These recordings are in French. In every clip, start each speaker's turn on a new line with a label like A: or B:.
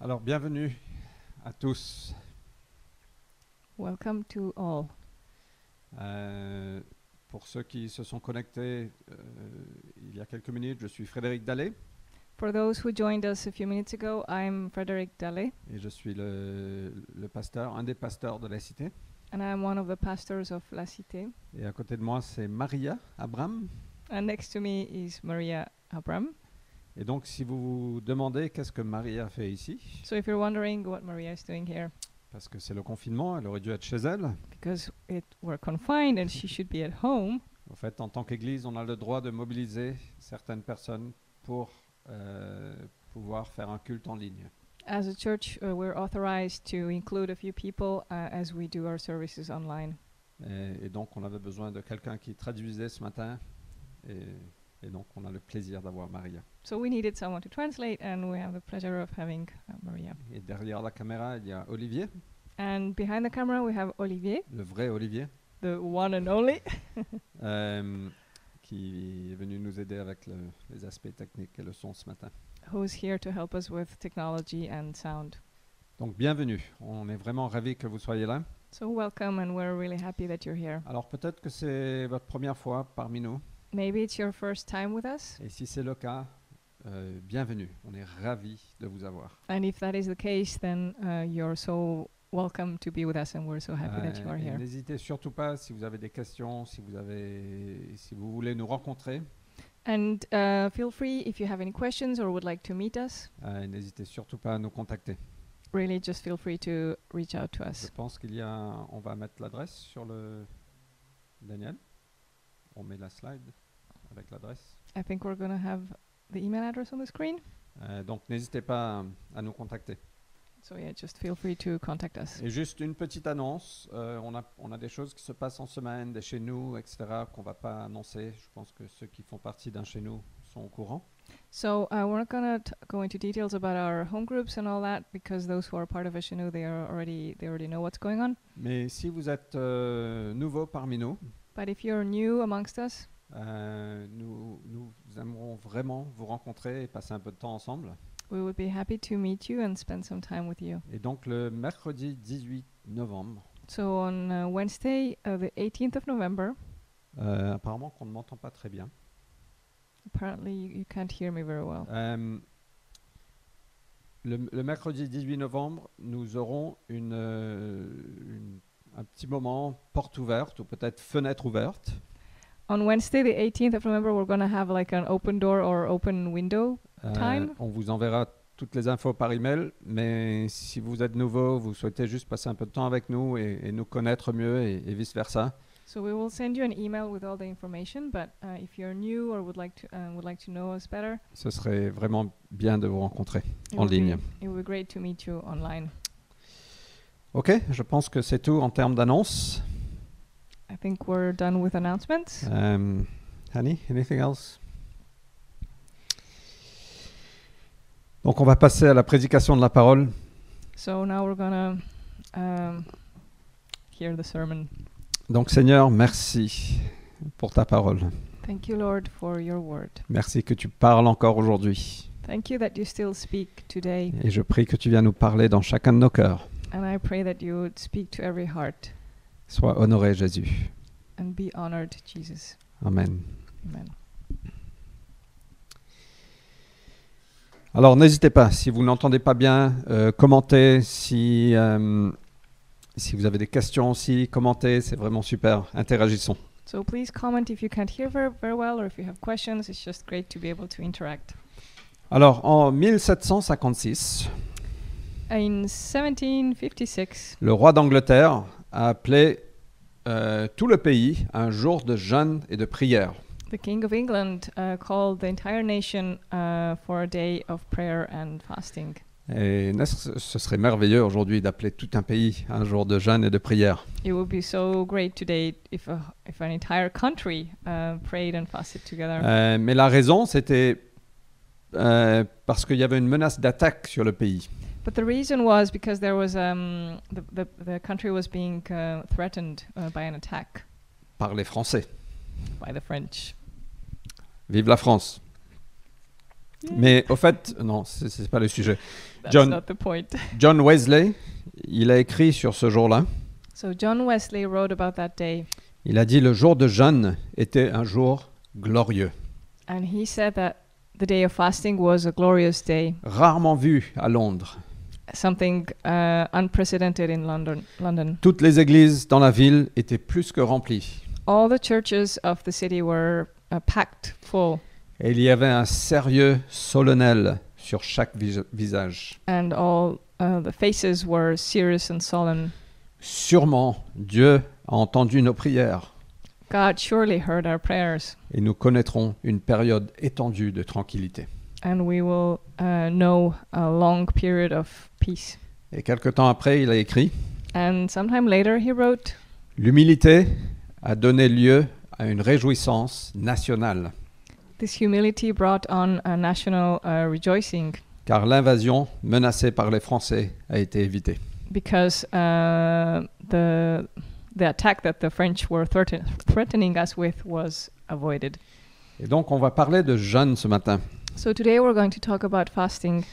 A: Alors, bienvenue à tous.
B: Welcome to all.
A: Euh, pour ceux qui se sont connectés euh, il y a quelques minutes, je suis Frédéric Dallet
B: For those who joined us a few minutes ago, I'm Frederic Dalle,
A: et je suis le, le pasteur, un des pasteurs de la cité.
B: and I'm one of the pastors of La Cité.
A: Et à côté de moi, c'est Maria Abram.
B: And next to me is Maria Abram.
A: Et donc, si vous vous demandez qu'est-ce que Maria fait ici,
B: So if you're wondering what Maria is doing here,
A: parce que c'est le confinement, elle aurait dû être chez elle.
B: because it we're confined and she should be at home,
A: En fait, en tant qu'Église, on a le droit de mobiliser certaines personnes pour euh, pouvoir faire un culte en ligne.
B: as a church, uh, we're authorized to include a few people uh, as we do our services online.
A: Euh, Et, et donc, on avait besoin de quelqu'un qui traduisait ce matin. Et, et donc, on a le plaisir d'avoir Maria.
B: So we needed someone to translate, and we have the pleasure of having uh, Maria.
A: Et derrière la caméra, il y a Olivier,
B: And behind the camera, we have Olivier,
A: le vrai Olivier,
B: the one and only.
A: euh, qui est venu nous aider avec le- les aspects techniques et le son ce matin.
B: who's here to help us with technology and sound.
A: Donc, bienvenue. On est vraiment ravis que vous soyez là.
B: So, welcome, and we're really happy that you're here.
A: Alors, peut-être que c'est votre première fois parmi nous.
B: Maybe it's your first time with us,
A: Et si c'est le cas, euh, bienvenue. On est ravis de vous avoir.
B: and if that is the case, then uh, you're so welcome to be with us, and we're so happy that you
A: Euh,
B: are
A: et
B: here.
A: N'hésitez surtout pas si vous avez des questions, si vous, avez, si vous voulez nous rencontrer.
B: And uh, feel free if you have any questions or would like to meet us,
A: euh, n'hésitez surtout pas à nous contacter.
B: really just feel free to reach out to
A: Je
B: us.
A: pense qu'il y a. un- On va mettre l'adresse sur le. Daniel On met la slide avec l'adresse.
B: I think we're going to have the email address on the screen.
A: Euh, donc n'hésitez pas à, à nous contacter.
B: So, yeah, just feel free to contact us.
A: Et juste une petite annonce. euh, on, a, on a des choses qui se passent en semaine, des chez nous, etc., qu'on va pas annoncer. Je pense que ceux qui font partie d'un chez nous sont au courant.
B: So uh, we're not gonna t- go into details about our home groups and all that because those who are part of Ashinu, they are already they already know what's going on.
A: Mais si vous êtes euh, nouveau parmi nous,
B: But if you're new amongst us,
A: euh, nous, nous aimerons vraiment vous rencontrer et passer un peu de temps ensemble.
B: we would be happy to meet you and spend some time with you.
A: Et donc le mercredi 18 novembre,
B: So on uh, Wednesday, uh, the 18th of November,
A: euh, apparemment qu'on ne m'entend pas très bien,
B: apparently you, you can't hear me very well.
A: euh, le, le mercredi 18 novembre, nous aurons une, euh, une- un petit moment porte ouverte ou peut-être fenêtre ouverte
B: On Wednesday, the 18th of November, we're gonna have like an open door or open window.
A: Euh,
B: Time.
A: on vous enverra toutes les infos par email, mais si vous êtes nouveau, vous souhaitez juste passer un peu de temps avec nous et, et nous connaître mieux et, vice versa.
B: So we will send you an email with all the information. But uh, if you're new or would like to uh, would like to know us better,
A: Ce serait vraiment bien de vous rencontrer.
B: it
A: En
B: would be-
A: ligne.
B: it would be great to meet you online.
A: Ok, je pense que c'est tout en termes d'annonces.
B: I think we're done with announcements.
A: Euh, Hani, anything else? Donc on va passer à la prédication de la parole.
B: So now we're gonna um, hear the sermon.
A: Donc Seigneur, merci pour ta parole.
B: Thank you, Lord, for your word.
A: Merci que tu parles encore aujourd'hui.
B: Thank you that you still speak today,
A: Et je prie que tu viennes nous parler dans chacun de nos cœurs.
B: and I pray that you would speak to every heart
A: Sois honoré, Jésus.
B: and be honored, Jesus.
A: Amen.
B: Amen.
A: Alors, n'hésitez pas, si vous n'entendez pas bien, euh, commentez. Si, euh, si vous avez des questions aussi, commentez. C'est vraiment super. Interagissons.
B: So please comment if you can't hear very, very well or if you have questions. It's just great to be able to interact.
A: Alors, en 1756,
B: In 1756,
A: le roi d'Angleterre a appelé euh, tout le pays à un jour de jeûne et de prière.
B: the King of England uh, called the entire nation uh, for a day of prayer and fasting.
A: Et n'est-ce- ce serait merveilleux aujourd'hui d'appeler tout un pays à un jour de jeûne et de prière.
B: It would be so great today if a, if an entire country uh, prayed and fasted together.
A: Euh, mais la raison, c'était euh, parce qu'il y avait une menace d'attaque sur le pays.
B: but the reason was because there was um, the, the the country was being uh, threatened uh, by an attack
A: par les Français.
B: by the French.
A: Vive la France. Mais au fait, non, c'est c'est pas le sujet.
B: That's
A: John-
B: not the point.
A: John Wesley, il a écrit sur ce jour-là.
B: So John Wesley wrote about that day,
A: Il a dit le jour de jeûne était un jour glorieux,
B: and he said that the day of fasting was a glorious day,
A: rarement vu à Londres.
B: something uh, unprecedented in London. London.
A: Toutes les églises dans la ville étaient plus que remplies.
B: All the churches of the city were uh, packed full,
A: Et il y avait un sérieux solennel sur chaque vis- visage.
B: and all uh, the faces were serious and solemn.
A: Sûrement, Dieu a entendu nos prières
B: God surely heard our prayers,
A: et nous connaîtrons une période étendue de tranquillité.
B: and we will uh, know a long period of peace.
A: Et quelque temps après, il a écrit
B: And sometime later, he wrote,
A: L'humilité a donné lieu à une réjouissance nationale,
B: This humility brought on a national uh, rejoicing
A: car l'invasion menacée par les Français a été évitée.
B: because uh, the the attack that the French were threaten- threatening us with was avoided.
A: Et donc, on va parler de jeûne ce matin,
B: So today we're going to talk about fasting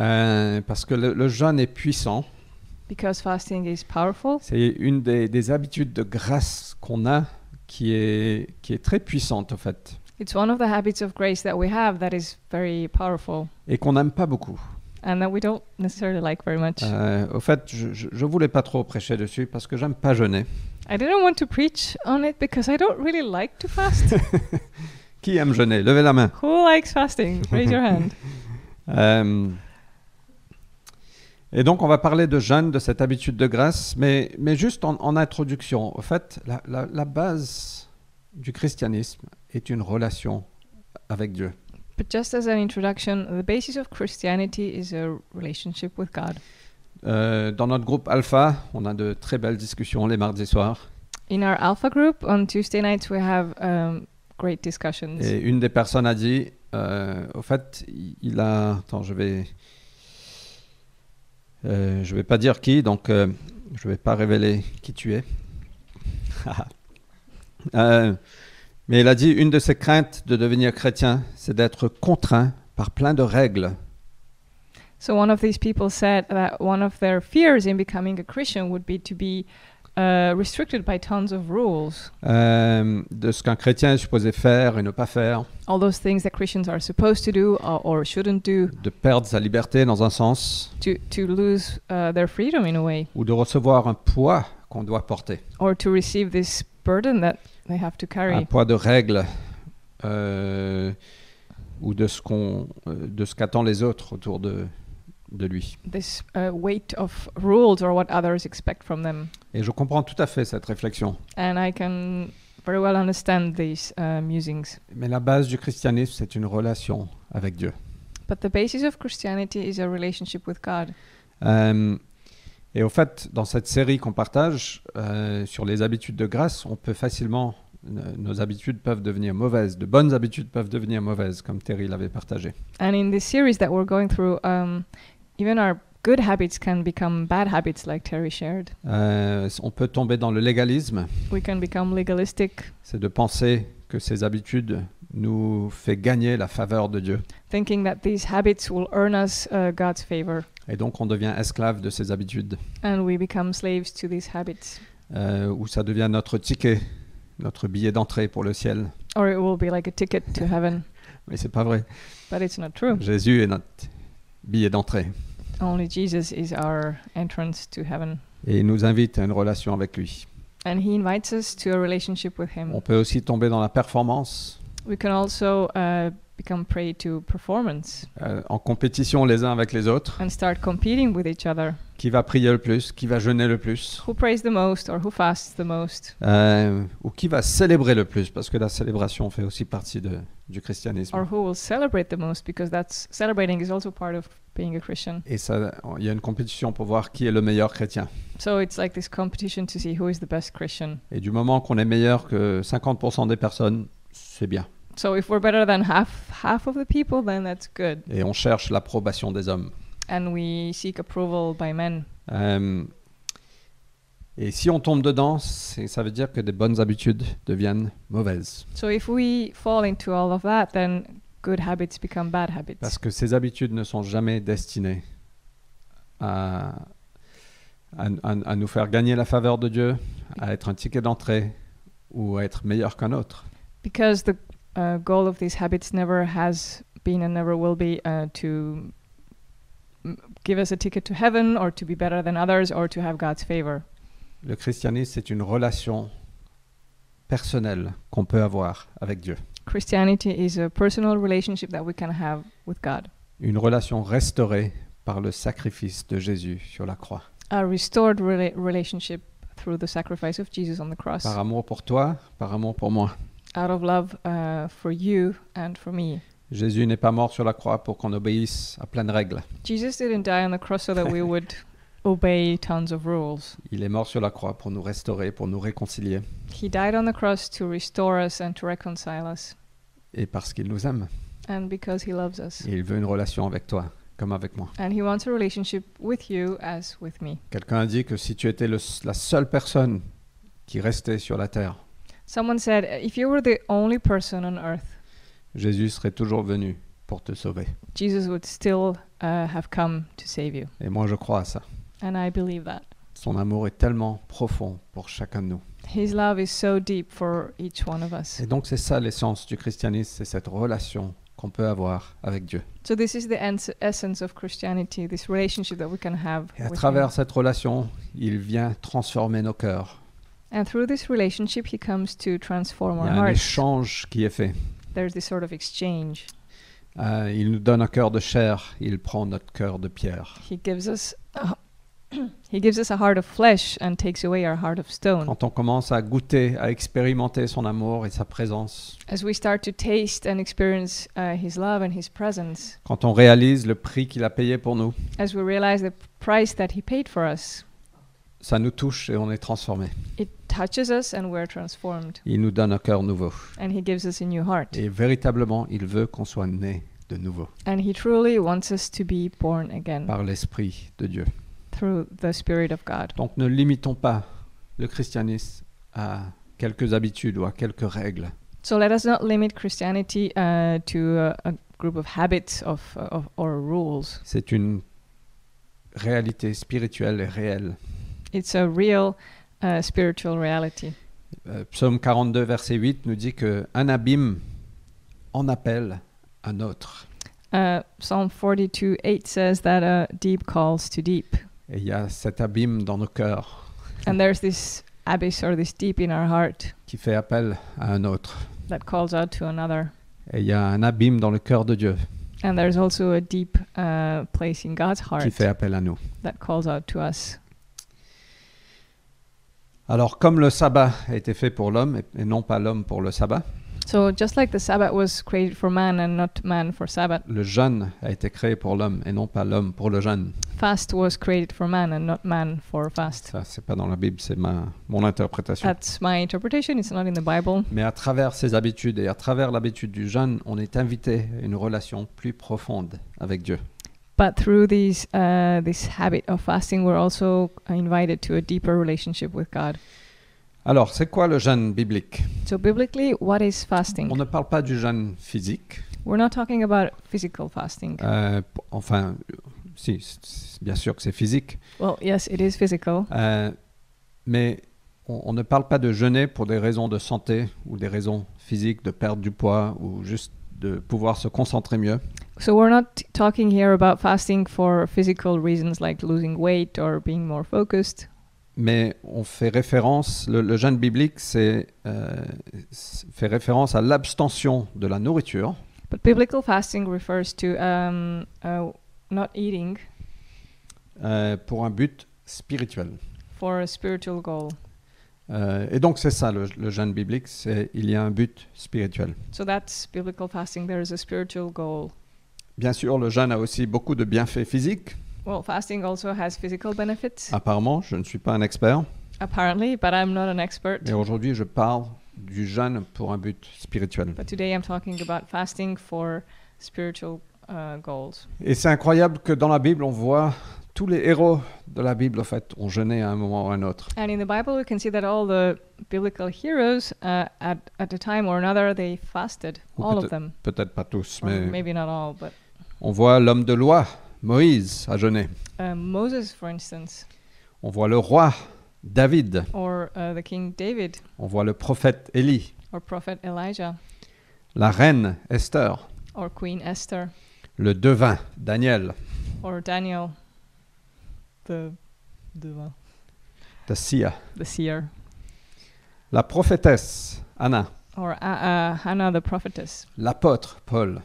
A: Euh, parce que le, le jeûne est puissant.
B: because fasting is powerful.
A: C'est une des, des habitudes de grâce qu'on a qui est, qui est très puissante, en fait,
B: It's one of the habits of grace that we have that is very powerful
A: et qu'on n'aime pas beaucoup.
B: and that we don't necessarily like very much.
A: Euh, au fait, je- je ne voulais pas trop prêcher dessus parce que j'aime pas jeûner.
B: I didn't want to preach on it because I don't really like to fast.
A: Qui aime jeûner Levez la main.
B: Who likes fasting? Raise your hand.
A: Euh, et donc, on va parler de jeûne, de cette habitude de grâce, mais, mais juste en, en introduction. Au fait, la, la- la base du christianisme est une relation avec Dieu.
B: But just as an introduction, the basis of Christianity is a relationship with God.
A: Euh, dans notre groupe Alpha, on a de très belles discussions les mardis soirs.
B: In our alpha group on Tuesday nights, we have um, great discussions.
A: Et une des personnes a dit, euh, au fait, il- il a... Attends, je vais... euh, je vais pas dire qui, donc euh, je vais pas révéler qui tu es. Euh, mais il a dit, une de ses craintes de devenir chrétien, c'est d'être contraint par plein de règles.
B: So one of these people said that one of their fears in becoming a Christian would be to be uh, restricted by tons of rules,
A: euh, de ce qu'un chrétien est supposé faire et ne pas faire,
B: all those things that Christians are supposed to do or, or shouldn't do,
A: de perdre sa liberté dans un sens,
B: to to lose uh, their freedom in a way,
A: ou de recevoir un poids qu'on doit porter,
B: or to receive this burden that they have to carry.
A: un poids de règles euh, ou de ce qu'on, euh, de ce qu'attendent les autres autour de de lui.
B: This uh, weight of rules or what others expect from them,
A: Et je comprends tout à fait cette réflexion.
B: and I can very well understand these uh, musings.
A: Mais la base du christianisme, c'est une relation avec Dieu.
B: But the basis of Christianity is a relationship with God.
A: Euh, et au fait, dans cette série qu'on partage euh, sur les habitudes de grâce, on peut facilement n- nos habitudes peuvent devenir mauvaises, de bonnes habitudes peuvent devenir mauvaises, comme Terry l'avait partagé.
B: And in this series that we're going through, um, even our good habits can become bad habits, like Terry shared.
A: Euh, on peut tomber dans le légalisme,
B: We can become legalistic,
A: c'est de penser que ces habitudes nous fait gagner la faveur de Dieu.
B: thinking that these habits will earn us uh, God's favor,
A: Et donc on devient esclave de ces habitudes,
B: and we become slaves to these habits.
A: euh, ou ça devient notre ticket, notre billet d'entrée pour le ciel.
B: Or it will be like a ticket to heaven.
A: Mais c'est pas vrai.
B: But it's not true.
A: Jésus est notre billet d'entrée.
B: Only Jesus is our entrance to heaven.
A: Et il nous invite à une relation avec lui.
B: And he invites us to a relationship with him.
A: On peut aussi tomber dans la performance,
B: We can also uh, become prey to performance
A: euh, en compétition les uns avec les autres.
B: and start competing with each other.
A: Qui va prier le plus, qui va jeûner le plus,
B: who prays the most or who fasts the most
A: euh, ou qui va célébrer le plus, parce que la célébration fait aussi partie de- du christianisme.
B: or who will celebrate the most because that's celebrating is also part of being a christian
A: Et ça, il y a une compétition pour voir qui est le meilleur chrétien.
B: so it's like this competition to see who is the best christian
A: Et du moment qu'on est meilleur que 50% des personnes, c'est bien.
B: so if we're better than half half of the people then that's good
A: Et on cherche l'approbation des hommes.
B: and we seek approval by men
A: Euh, et si on tombe dedans, c'est- ça veut dire que des bonnes habitudes deviennent mauvaises.
B: so if we fall into all of that then good habits become bad habits
A: Parce que ces habitudes ne sont jamais destinées à, à- à- à nous faire gagner la faveur de Dieu, à être un ticket d'entrée ou à être meilleur qu'un autre.
B: because the uh, goal of these habits never has been and never will be uh, to mm, give us a ticket to heaven or to be better than others or to have God's favor.
A: Le christianisme, c'est une relation personnelle qu'on peut avoir avec Dieu.
B: Christianity is a personal relationship that we can have with God,
A: Une relation restaurée par le sacrifice de Jésus sur la croix.
B: a restored rela- relationship through the sacrifice of Jesus on the cross,
A: Par amour pour toi, par amour pour moi.
B: out of love uh, for you and for me.
A: Jésus n'est pas mort sur la croix pour qu'on obéisse à pleine règle.
B: Jesus didn't die on the cross so that we would obey tons of rules.
A: Il est mort sur la croix pour nous restaurer, pour nous réconcilier,
B: He died on the cross to restore us and to reconcile us,
A: et parce qu'il nous aime.
B: and because He loves us.
A: Et il veut une relation avec toi, comme avec moi.
B: And He wants a relationship with you as with me.
A: Quelqu'un a dit que si tu étais le- la seule personne qui restait sur la terre,
B: Someone said, if you were the only person on earth,
A: Jésus serait toujours venu pour te sauver.
B: Jesus would still uh, have come to save you.
A: Et moi, je crois à ça.
B: And I believe that.
A: Son amour est tellement profond pour chacun de nous.
B: His love is so deep for each one of us.
A: Et donc, c'est ça l'essence du christianisme, c'est cette relation qu'on peut avoir avec Dieu.
B: So this is the ens- essence of Christianity, this relationship that we can have
A: Et à
B: with
A: travers
B: him.
A: cette relation, il vient transformer nos cœurs.
B: And through this relationship he comes to transform
A: Il y
B: our
A: a un
B: hearts.
A: échange qui est fait.
B: There's this sort of exchange.
A: Euh, il nous donne un cœur de chair, il prend notre cœur de pierre.
B: He gives us he gives us a heart of flesh and takes away our heart of stone.
A: Quand on commence à goûter, à expérimenter son amour et sa présence,
B: As we start to taste and experience uh, his love and his presence,
A: quand on réalise le prix qu'il a payé pour nous,
B: as we realize the price that he paid for us,
A: ça nous touche et on est transformé.
B: it touches us and we're transformed.
A: Il nous donne un cœur nouveau.
B: And he gives us a new heart.
A: Et véritablement, il veut qu'on soit né de nouveau
B: And he truly wants us to be born again.
A: par l'Esprit de Dieu.
B: through the Spirit of God.
A: Donc ne limitons pas le christianisme à quelques habitudes ou à quelques règles.
B: So let us not limit Christianity uh, to uh, a group of habits of, uh, of or rules.
A: C'est une réalité spirituelle et réelle.
B: It's a real uh, spiritual reality.
A: Euh, Psaume 42, verset 8 nous dit que un abîme en appelle un autre.
B: Uh, Psalm 42 8 says that uh, deep calls to deep.
A: Et il y a cet abîme dans nos cœurs
B: and there's this abyss or this deep in our heart
A: qui fait appel à un autre.
B: that calls out to another.
A: Et il y a un abîme dans le cœur de Dieu
B: And there's also a deep uh, place in God's
A: qui
B: heart
A: fait appel à nous.
B: that calls out to us.
A: Alors, comme le sabbat a été fait pour l'homme et- et non pas l'homme pour le sabbat,
B: So just like the Sabbath was created for man and not man for Sabbath,
A: le jeûne a été créé pour l'homme et non pas l'homme pour le jeûne.
B: fast was created for man and not man for fast.
A: Ça, c'est pas dans la Bible, c'est ma mon interprétation.
B: That's my interpretation. It's not in the Bible.
A: Mais à travers ces habitudes et à travers l'habitude du jeûne, on est invité à une relation plus profonde avec Dieu.
B: But through these, uh, this habit of fasting, we're also invited to a deeper relationship with God.
A: Alors, c'est quoi le jeûne biblique
B: So biblically, what is
A: On
B: fasting?
A: ne parle pas du jeûne physique.
B: We're not talking about physical fasting.
A: Euh, p- enfin, euh, si, c- c- bien sûr que c'est physique.
B: Well, yes, it is physical,
A: Euh, mais on, on ne parle pas de jeûner pour des raisons de santé ou des raisons physiques, de perdre du poids ou juste de pouvoir se concentrer mieux.
B: so we're not t- talking here about fasting for physical reasons like losing weight or being more focused.
A: Mais on fait référence, le, le jeûne biblique c'est, euh, c'est- fait référence à l'abstention de la nourriture
B: But biblical fasting refers to um, uh, not eating
A: euh, pour un but spirituel.
B: for a spiritual goal.
A: Euh, et donc c'est ça le, le jeûne biblique, c'est il y a un but spirituel.
B: So that's biblical fasting. There is a spiritual goal.
A: Bien sûr, le jeûne a aussi beaucoup de bienfaits physiques.
B: Well, fasting also has physical benefits,
A: Apparemment, je ne suis pas un expert,
B: apparently, but I'm not an expert.
A: mais aujourd'hui je parle du jeûne pour un but spirituel.
B: But today I'm talking about fasting for spiritual uh, goals.
A: Et c'est incroyable que dans la Bible on voit tous les héros de la Bible, en fait, ont jeûné à un moment ou à un autre.
B: And in the Bible, we can see that all the biblical heroes, uh, at, at a time or another, they fasted,
A: Ou
B: all of
A: peut-être-
B: them.
A: Peut-être pas tous,
B: Or
A: mais
B: Maybe not all, but
A: on voit l'homme de loi, Moïse, à jeûner.
B: uh, Moses, for instance,
A: On voit le roi, David.
B: or uh, the King David,
A: On voit le prophète Élie,
B: or Prophet Elijah,
A: la reine Esther,
B: or Queen Esther,
A: le devin Daniel,
B: or Daniel, the, the, well,
A: Tassia,
B: the seer,
A: la prophétesse Anna,
B: or uh, uh, Hannah the prophetess,
A: l'apôtre Paul,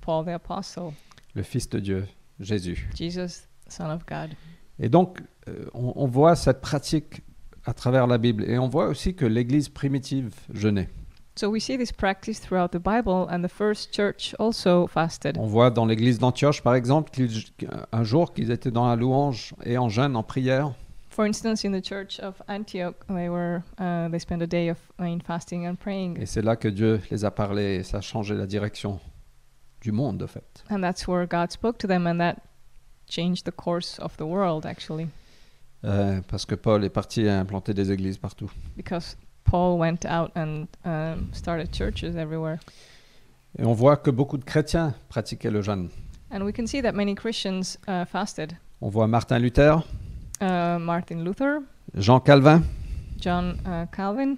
B: Paul the apostle,
A: le Fils de Dieu, Jésus.
B: Jesus, Son of God.
A: Et donc, euh, on, on voit cette pratique à travers la Bible. Et on voit aussi que l'Église primitive jeûnait.
B: So we see this practice throughout the Bible, and the first church also fasted.
A: On voit dans l'Église d'Antioche, par exemple, qu'ils- qu'un jour qu'ils étaient dans la louange et en jeûne, en prière.
B: For instance, in the church of Antioch, they were uh, they spent a day of in fasting and
A: Et
B: praying,
A: c'est là que Dieu les a parlé et ça a changé la direction du monde, de fait.
B: and that's where God spoke to them, and that changed the course of the world actually,
A: Euh, parce que Paul est parti à implanter des églises partout.
B: because Paul went out and um, started churches everywhere,
A: Et on voit que beaucoup de chrétiens pratiquaient le jeûne.
B: and we can see that many Christians uh, fasted.
A: On voit Martin Luther,
B: Uh, Martin Luther,
A: Jean Calvin,
B: John uh, Calvin,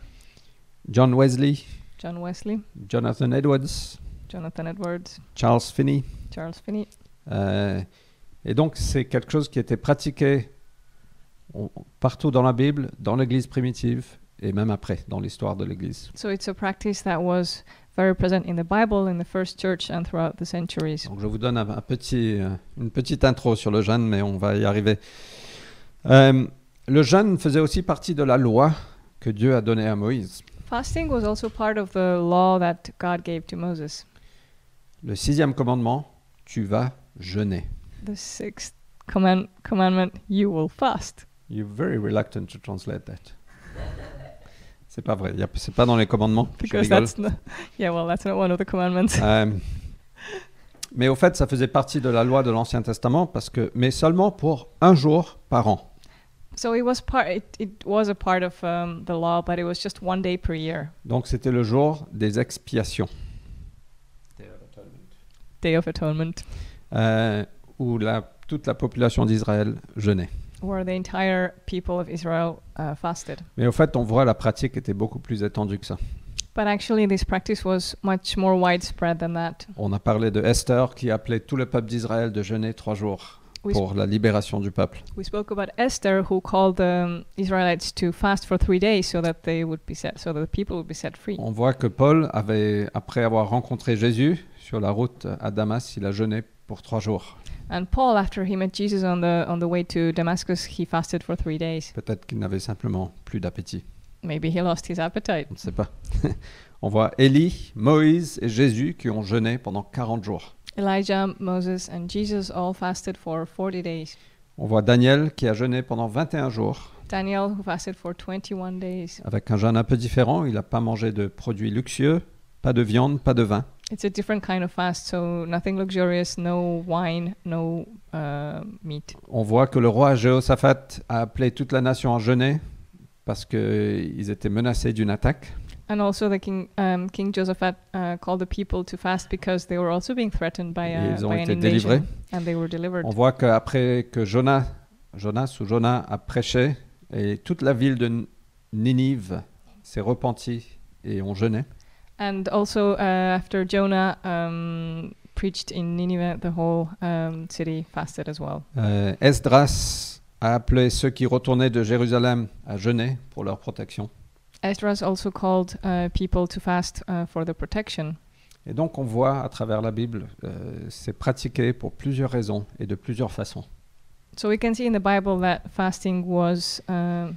A: John Wesley,
B: John Wesley,
A: Jonathan Edwards,
B: Jonathan Edwards,
A: Charles Finney.
B: Charles Finney.
A: Euh, et donc c'est quelque chose qui était pratiqué on- partout dans la Bible, dans l'Église primitive et même après dans l'histoire de l'Église.
B: So it's a practice that was very present in the Bible, in the first church, and throughout the centuries.
A: Donc je vous donne un, un petit, euh, une petite intro sur le jeûne, mais on va y arriver. Euh, le jeûne faisait aussi partie de la loi que Dieu a donnée à Moïse.
B: Fasting was also part of the law that God gave to Moses.
A: Le sixième commandement, tu vas jeûner.
B: The sixth command- commandment, you will fast.
A: You're very reluctant to translate that. C'est pas vrai, y a- c'est pas dans les commandements. je
B: Because
A: rigole.
B: that's not, yeah, well, that's not one of the commandments.
A: Euh, mais au fait, ça faisait partie de la loi de l'Ancien Testament, parce que, mais seulement pour un jour par an.
B: So it was part, it, it was a part of um, the law, but it was just one day per year,
A: Donc c'était le jour des expiations,
B: Day of Atonement,
A: euh, où la- toute la population d'Israël jeûnait.
B: where the entire people of Israel uh, fasted.
A: Mais au fait, on voit la pratique était beaucoup plus étendue que ça.
B: But actually, this practice was much more widespread than that.
A: On a parlé de Esther qui appelait tout le peuple d'Israël de jeûner trois jours
B: Oui.
A: pour la libération du peuple.
B: We spoke about Esther, who called the um, Israelites to fast for three days so that they would be set, so that the people would be set free.
A: On voit que Paul avait, après avoir rencontré Jésus sur la route à Damas, il a jeûné pour trois jours.
B: And Paul, after he met Jesus on the on the way to Damascus, he fasted for three days.
A: Peut-être qu'il n'avait simplement plus d'appétit.
B: Maybe he lost his appetite.
A: On ne sait pas. On voit Élie, Moïse et Jésus qui ont jeûné pendant 40 jours.
B: Elijah, Moses, and Jesus all fasted for 40 days.
A: On voit Daniel qui a jeûné pendant 21 jours
B: Daniel, who fasted for 21 days.
A: avec un jeûne un peu différent. Il n'a pas mangé de produits luxueux, pas de viande, pas de vin.
B: It's a different kind of fast, so nothing luxurious, no wine, no uh, meat.
A: On voit que le roi Jéhoshaphat a appelé toute la nation à jeûner parce qu'ils étaient menacés d'une attaque.
B: And also, the king um, King Josephat uh, called the people to fast because they were also being threatened by,
A: Et
B: uh,
A: ils ont
B: by an
A: été
B: invasion,
A: délivrés.
B: and they were delivered.
A: On voit qu'après que Jonas, Jonas ou Jonas a prêché et toute la ville de N- Ninive s'est repentie et ont jeûné.
B: And also, uh, after Jonah um, preached in Nineveh, the whole um, city fasted as well.
A: Euh, Esdras a appelé ceux qui retournaient de Jérusalem à jeûner pour leur protection.
B: Esdras also called uh, people to fast uh, for their protection.
A: Et donc on voit à travers la Bible, euh, c'est pratiqué pour plusieurs raisons et de plusieurs façons.
B: So we can see in the Bible that fasting was uh,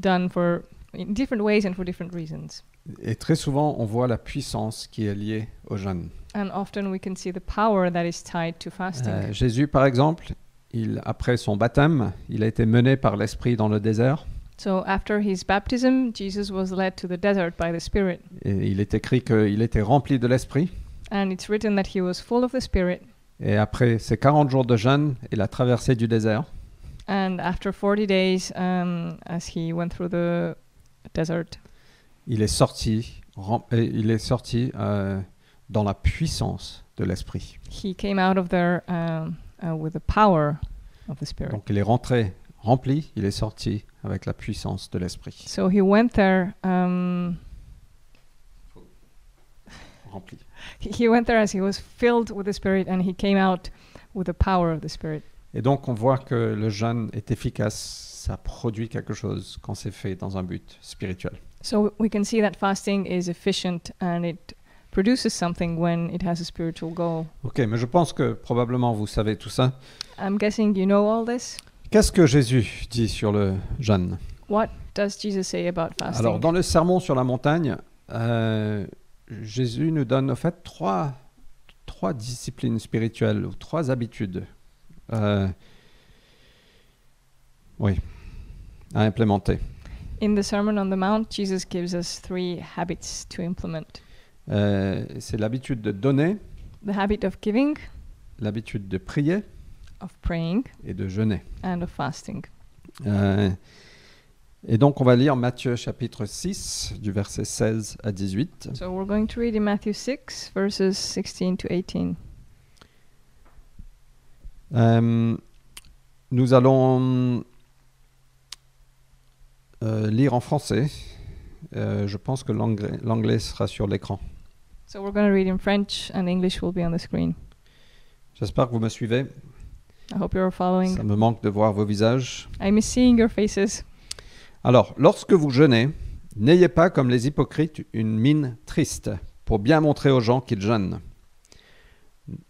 B: done for in different ways and for different reasons.
A: Et très souvent, on voit la puissance qui est liée au jeûne.
B: And often we can see the power that is tied to fasting.
A: Euh, Jésus, par exemple, il, après son baptême, il a été mené par l'Esprit dans le désert.
B: so after his baptism, Jesus was led to the desert by the Spirit,
A: Et il est écrit qu'il était rempli de l'Esprit.
B: and it's written that he was full of the Spirit.
A: Et après ces 40 jours de jeûne et la traversée du désert,
B: And after 40 days, um, as he went through the desert,
A: Il est sorti, rem- et il est sorti euh, dans la puissance de l'esprit.
B: he came out of there um, uh, with the power of the Spirit.
A: Donc il est rentré rempli, il est sorti avec la puissance de l'esprit.
B: So he went there. Um,
A: Rempli.
B: he- he went there as he was filled with the Spirit, and he came out with the power of the Spirit.
A: Et donc on voit que le jeûne est efficace, ça produit quelque chose quand c'est fait dans un but spirituel.
B: So we can see that fasting is efficient and it produces something when it has a spiritual goal.
A: Ok, mais je pense que probablement vous savez tout ça.
B: I'm guessing you know all this.
A: Qu'est-ce que Jésus dit sur le jeûne
B: What does Jesus say about fasting?
A: Alors, dans le sermon sur la montagne, euh, Jésus nous donne au fait trois, trois disciplines spirituelles ou trois habitudes euh, oui, à implémenter.
B: In the Sermon on the Mount, Jesus gives us three habits to implement
A: Euh, C'est l'habitude de donner,
B: the habit of giving,
A: l'habitude de prier
B: of praying,
A: et de jeûner.
B: and of fasting.
A: Euh, et donc, on va lire Matthieu chapitre 6, du verset 16 à 18.
B: So we're going to read in Matthew 6, verses 16 to 18.
A: Euh, nous allons euh, lire en français. Euh, je pense que l'anglais l'anglais sera sur l'écran.
B: So we're going to read in French, and English will be on the screen.
A: J'espère que vous me suivez.
B: I hope you're following.
A: Ça me manque de voir vos visages.
B: I miss seeing your faces.
A: Alors, lorsque vous jeûnez, n'ayez pas comme les hypocrites une mine triste pour bien montrer aux gens qu'ils jeûnent.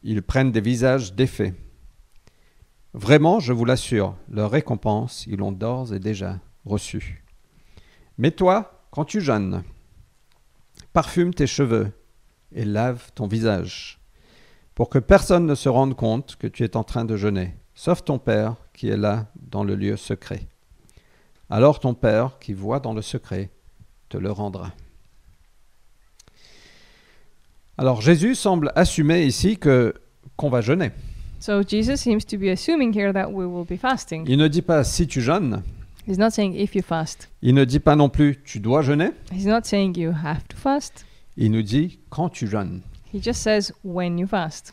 A: Ils prennent des visages défaits. Vraiment, je vous l'assure, leur récompense, ils l'ont d'ores et déjà reçue. Mais toi, quand tu jeûnes, parfume tes cheveux et lave ton visage, pour que personne ne se rende compte que tu es en train de jeûner, sauf ton Père qui est là dans le lieu secret. Alors ton Père, qui voit dans le secret, te le rendra. Alors Jésus semble assumer ici que qu'on va jeûner.
B: So Jesus seems to be assuming here that we will be fasting.
A: Il ne dit pas si tu jeûnes,
B: He's not saying if you fast.
A: il ne dit pas non plus tu dois jeûner,
B: He's not saying you have to fast.
A: il nous dit quand tu jeûnes.
B: He just says when you fast.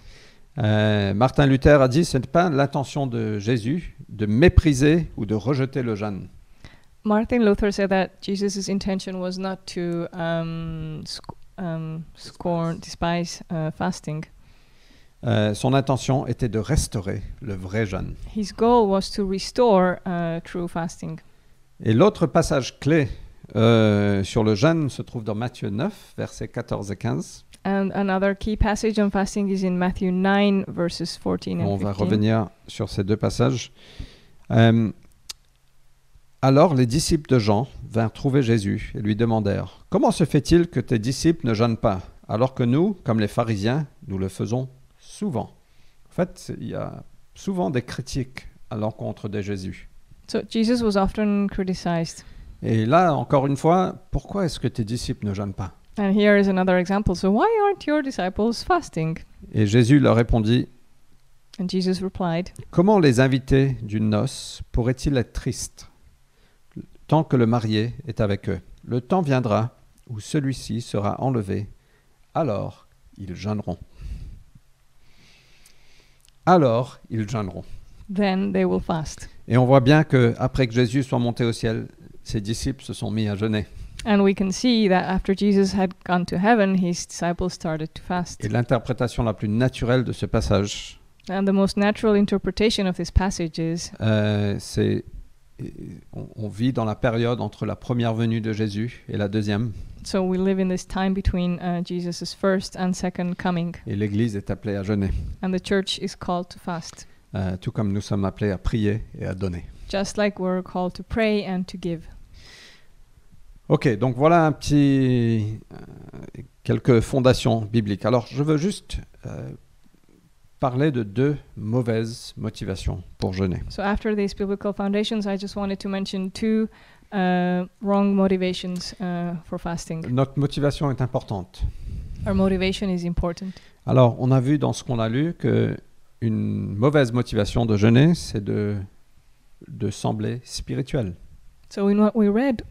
A: Euh, Martin Luther a dit ce n'est pas l'intention de Jésus de mépriser ou de rejeter le jeûne.
B: Martin Luther said that Jesus' intention was not to um, sc- um, scorn, despise uh, fasting.
A: Euh, son intention était de restaurer le vrai jeûne.
B: His goal was to restore uh, true fasting.
A: Et l'autre passage clé euh, sur le jeûne se trouve dans Matthieu 9, versets 14 et 15.
B: And another key passage on fasting is in Matthew 9, verses 14
A: On
B: and
A: va
B: 15.
A: revenir sur ces deux passages. Euh, alors les disciples de Jean vinrent trouver Jésus et lui demandèrent Comment se fait-il que tes disciples ne jeûnent pas, alors que nous, comme les pharisiens, nous le faisons souvent En fait, c'est- il y a souvent des critiques à l'encontre de Jésus.
B: So Jesus was often criticized.
A: Et là, encore une fois, pourquoi est-ce que tes disciples ne jeûnent pas
B: And here is another example. So why aren't your disciples fasting?
A: Et Jésus leur répondit
B: And Jesus replied,
A: Comment les invités d'une noce pourraient-ils être tristes tant que le marié est avec eux Le temps viendra où celui-ci sera enlevé, alors ils jeûneront. Alors ils jeûneront.
B: Then they will fast.
A: Et on voit bien que après que Jésus soit monté au ciel, ses disciples se sont mis à jeûner.
B: And we can see that after Jesus had gone to heaven, his disciples started to fast.
A: Et l'interprétation la plus naturelle de ce passage,
B: And the most natural interpretation of this passage is
A: euh, c'est et on- on vit dans la période entre la première venue de Jésus et la deuxième.
B: so we live in this time between uh, Jesus' first and second coming,
A: Et l'Église est appelée à jeûner,
B: and the church is called to fast,
A: euh, tout comme nous sommes appelés à prier et à donner.
B: just like we're called to pray and to give.
A: Ok, donc voilà un petit, euh, quelques fondations bibliques. Alors, je veux juste euh, parler de deux mauvaises motivations pour jeûner.
B: So after these biblical foundations, I just wanted to mention two uh, wrong motivations uh, for fasting.
A: Notre motivation est importante.
B: Our motivation is important.
A: Alors, on a vu dans ce qu'on a lu que une mauvaise motivation de jeûner, c'est de de sembler spirituel.
B: So in what we read,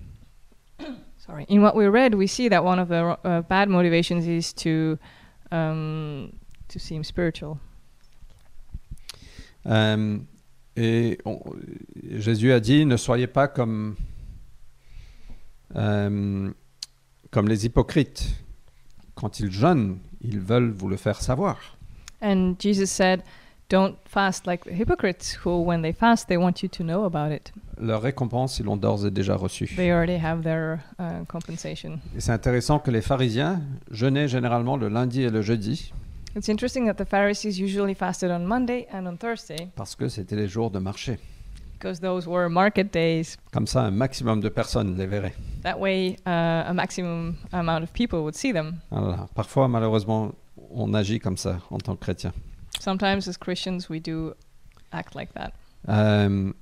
B: sorry, in what we read, we see that one of the ro- uh, bad motivations is to um, to seem spiritual.
A: Euh, et on- Jésus a dit, ne soyez pas comme, euh, comme les hypocrites. Quand ils jeûnent, ils veulent vous le faire savoir.
B: And Jesus said, "Don't fast like the hypocrites, who, when they fast, they want you to know about it.
A: Leur récompense, ils l'ont d'ores et déjà reçue.
B: They already have their uh, compensation."
A: Et c'est intéressant que les pharisiens jeûnaient généralement le lundi et le jeudi,
B: It's interesting that the Pharisees usually fasted on Monday and on Thursday
A: parce que c'était les jours de marché.
B: because those were market days.
A: Comme ça, un maximum de personnes les verraient.
B: That way, uh, a maximum amount of people would see them.
A: Voilà. Parfois, malheureusement, on agit comme ça en tant que chrétien.
B: Sometimes, as Christians, we do act like that.
A: Euh,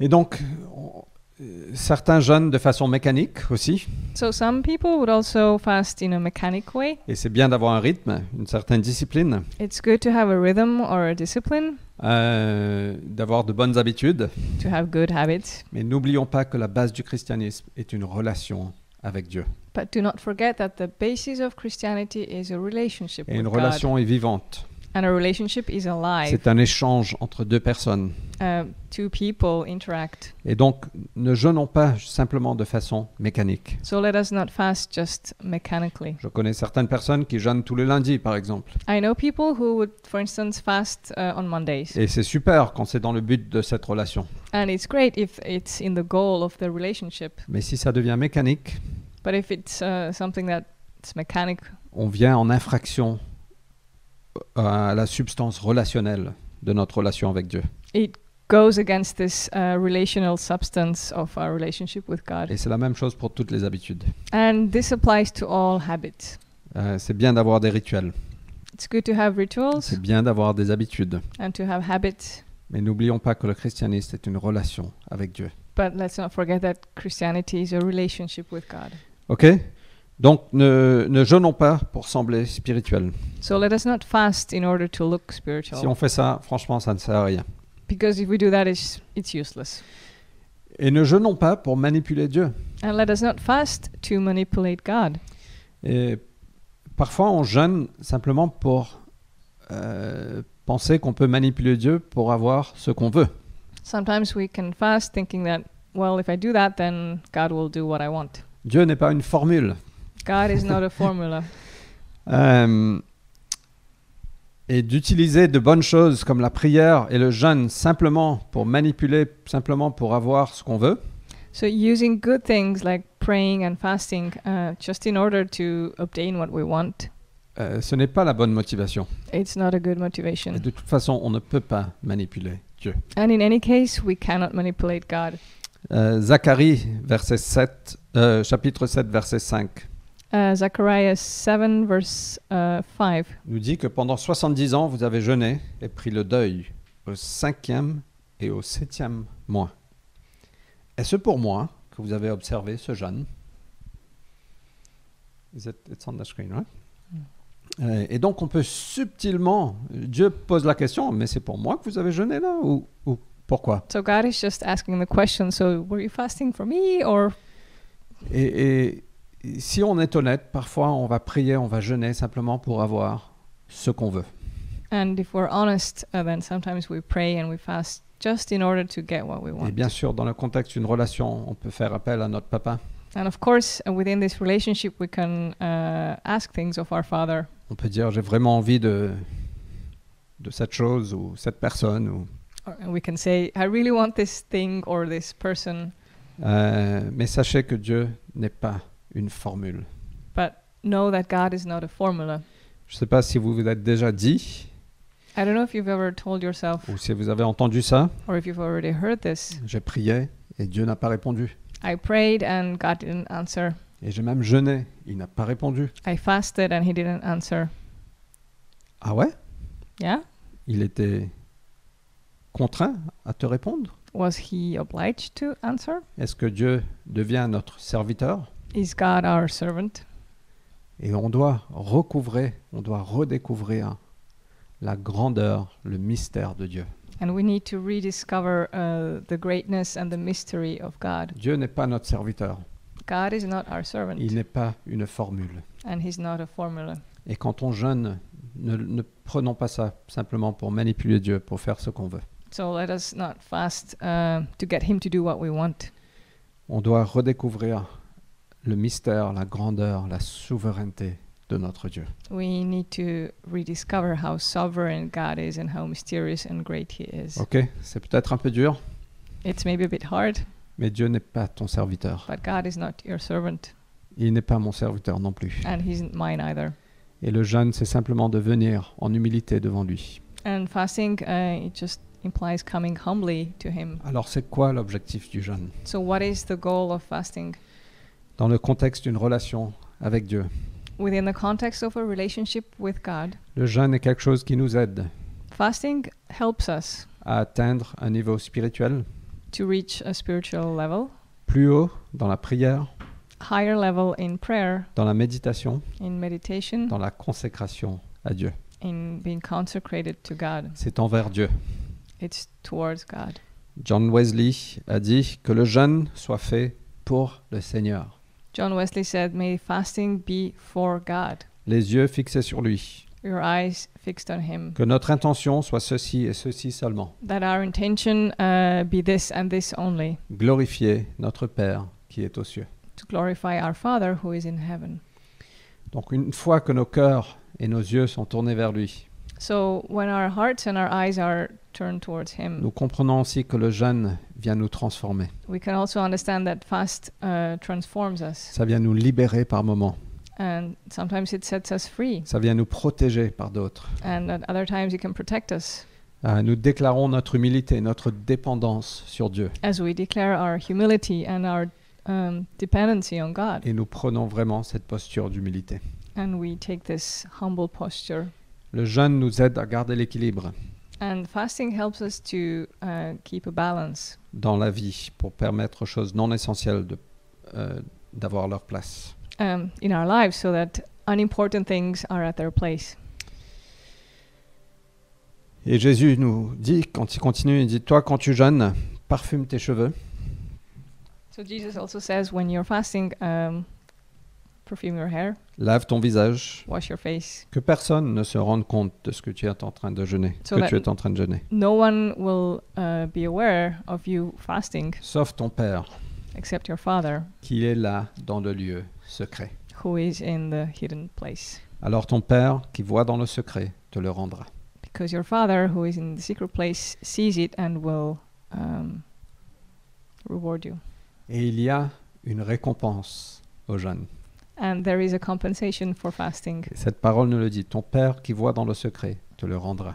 A: et donc, on- euh, certains jeûnent de façon mécanique aussi,
B: So some people would also fast in a mechanic way.
A: et c'est bien d'avoir un rythme, une certaine discipline,
B: It's good to have a rhythm or a discipline,
A: euh, d'avoir de bonnes habitudes.
B: to have good habits,
A: Mais n'oublions pas que la base du christianisme est une relation avec Dieu.
B: but do not forget that the basis of Christianity is a relationship
A: Et
B: with
A: une
B: God,
A: relation est vivante.
B: and a relationship is alive.
A: C'est un échange entre deux personnes.
B: Uh, two people interact.
A: Et donc, ne jeûnons pas simplement de façon mécanique.
B: So let us not fast just mechanically.
A: Je connais certaines personnes qui jeûnent tous les lundis, par exemple.
B: I know people who would, for instance, fast uh, on Mondays,
A: Et c'est super quand c'est dans le but de cette relation.
B: and it's great if it's in the goal of the relationship.
A: Mais si ça devient mécanique,
B: But if it's uh, something that's mechanic,
A: on vient en infraction à la substance relationnelle de notre relation avec Dieu.
B: it goes against this uh, relational substance of our relationship with God.
A: Et c'est la même chose pour toutes les habitudes.
B: And this applies to all habits.
A: Euh, c'est bien d'avoir des rituels,
B: It's good to have rituals
A: c'est bien d'avoir des habitudes.
B: and to have habits,
A: Mais n'oublions pas que le christianisme est une relation avec Dieu.
B: but let's not forget that Christianity is a relationship with God.
A: OK Donc ne, ne jeûnons pas pour sembler spirituel.
B: So let us not fast in order to look spiritual,
A: Si on fait ça, franchement, ça ne sert à rien.
B: because if we do that, it's, it's useless.
A: Et ne jeûnons pas pour manipuler Dieu.
B: And let us not fast to manipulate God.
A: Et parfois, on jeûne simplement pour euh, penser qu'on peut manipuler Dieu pour avoir ce qu'on veut.
B: Sometimes we can fast thinking that, well, if I do that, then God will do what I want.
A: Dieu n'est pas une formule.
B: God is not a formula.
A: Euh, et d'utiliser de bonnes choses comme la prière et le jeûne simplement pour manipuler, simplement pour avoir ce qu'on veut,
B: So using good things like praying and fasting uh, just in order to obtain what we want,
A: euh, ce n'est pas la bonne motivation.
B: it's not a good
A: Et
B: motivation.
A: de toute façon, on ne peut pas manipuler Dieu.
B: And in any case, we cannot manipulate God.
A: Euh, Zacharie, verset 7, euh, chapitre 7, verset 5,
B: Uh, Zechariah 7, verse uh, 5
A: nous dit que pendant 70 ans, vous avez jeûné et pris le deuil au cinquième et au septième mois. Est-ce pour moi que vous avez observé ce jeûne Is it- it's on the screen, right? Euh, Et donc on peut subtilement, Dieu pose la question, mais c'est pour moi que vous avez jeûné là ou, ou pourquoi
B: So God is just asking the question so, were you fasting for me? Or,
A: Et, et si on est honnête, parfois on va prier, on va jeûner simplement pour avoir ce qu'on veut.
B: and if we're honest, uh, then sometimes we pray and we fast just in order to get what we
A: Et
B: want.
A: bien sûr, dans le contexte d'une relation, on peut faire appel à notre papa,
B: And of course, uh, within this relationship, we can uh, ask things of our Father.
A: on peut dire j'ai vraiment envie de, de cette chose ou cette personne. Ou,
B: Or, and we can say, I really want this thing or this person.
A: Euh, mais sachez que Dieu n'est pas une formule.
B: But know that God is not a formula.
A: Je ne sais pas si vous vous êtes déjà dit
B: I don't know if you've ever told yourself
A: ou si vous avez entendu ça,
B: or if you've already heard this.
A: j'ai prié et Dieu n'a pas répondu.
B: I prayed and God didn't answer.
A: Et j'ai même jeûné, il n'a pas répondu.
B: I fasted and He didn't answer.
A: Ah ouais
B: Yeah?
A: Il était contraint à te répondre
B: Was He obliged to answer?
A: Est-ce que Dieu devient notre serviteur
B: Is God our servant?
A: Et on doit recouvrer, on doit redécouvrir la grandeur, le mystère de Dieu.
B: And we need to rediscover uh, the greatness and the mystery of God.
A: Dieu n'est pas notre serviteur.
B: God is not our servant,
A: Il n'est pas une formule.
B: and He's not a formula.
A: Et quand on jeûne, ne, ne prenons pas ça simplement pour manipuler Dieu, pour faire ce qu'on veut.
B: So let us not fast uh, to get Him to do what we want.
A: On doit redécouvrir le mystère, la grandeur, la souveraineté de notre Dieu.
B: We need to rediscover how sovereign God is and how mysterious and great He is.
A: Ok, c'est peut-être un peu dur,
B: It's maybe a bit hard,
A: mais Dieu n'est pas ton serviteur.
B: but God is not your servant,
A: Il n'est pas mon serviteur non plus.
B: and He's not mine either.
A: Et le jeûne, c'est simplement de venir en humilité devant lui.
B: And fasting, uh, it just implies coming humbly to Him.
A: Alors c'est quoi l'objectif du jeûne
B: So, what is the goal of fasting?
A: Dans le contexte d'une relation avec Dieu,
B: Within the context of a relationship with God,
A: le jeûne est quelque chose qui nous aide
B: fasting helps us
A: à atteindre un niveau spirituel
B: to reach a spiritual level,
A: plus haut dans la prière,
B: higher level in prayer,
A: dans la méditation,
B: in meditation,
A: dans la consécration à Dieu.
B: in being consecrated to God.
A: C'est envers Dieu.
B: It's towards God.
A: John Wesley a dit que le jeûne soit fait pour le Seigneur,
B: John Wesley said, May fasting be for God,
A: les yeux fixés sur lui,
B: your eyes fixed on Him.
A: que notre intention soit ceci et ceci seulement,
B: That our intention uh, be this and this only,
A: glorifier notre Père qui est aux cieux.
B: to glorify our Father who is in heaven.
A: Donc une fois que nos cœurs et nos yeux sont tournés vers lui,
B: So when our hearts and our eyes are turned towards Him,
A: nous comprenons aussi que le jeûne vient nous transformer.
B: we can also understand that fast uh, transforms us,
A: Ça vient nous libérer par moments,
B: and sometimes it sets us free,
A: ça vient nous protéger par d'autres.
B: and at other times it can protect us
A: Euh, nous déclarons notre humilité, notre dépendance sur Dieu
B: as we declare our humility and our um, dependency on God,
A: et nous prenons vraiment cette posture d'humilité.
B: and we take this humble posture.
A: Le jeûne nous aide à garder l'équilibre
B: And fasting helps us to uh, keep a balance
A: dans la vie pour permettre aux choses non essentielles de, euh, d'avoir leur place.
B: um, in our lives so that unimportant things are at their place.
A: Et Jésus nous dit, quand il continue, il dit, toi quand tu jeûnes, parfume tes cheveux,
B: So Jesus also says, when you're fasting, um, perfume your hair,
A: lave ton visage,
B: wash your face.
A: que personne ne se rende compte de ce que tu es en train de jeûner,
B: So
A: que
B: that-
A: tu es en train de jeûner,
B: No one will uh, be aware of you fasting
A: sauf ton Père,
B: except your father,
A: qui est là dans le lieu secret.
B: who is in the hidden place.
A: Alors ton Père, qui voit dans le secret, te le rendra.
B: Because your father, who is in the secret place, sees it and will um, reward you.
A: Et il y a une récompense aux jeunes.
B: And there is a compensation for fasting,
A: Cette parole nous le dit, ton Père qui voit dans le secret, te le rendra.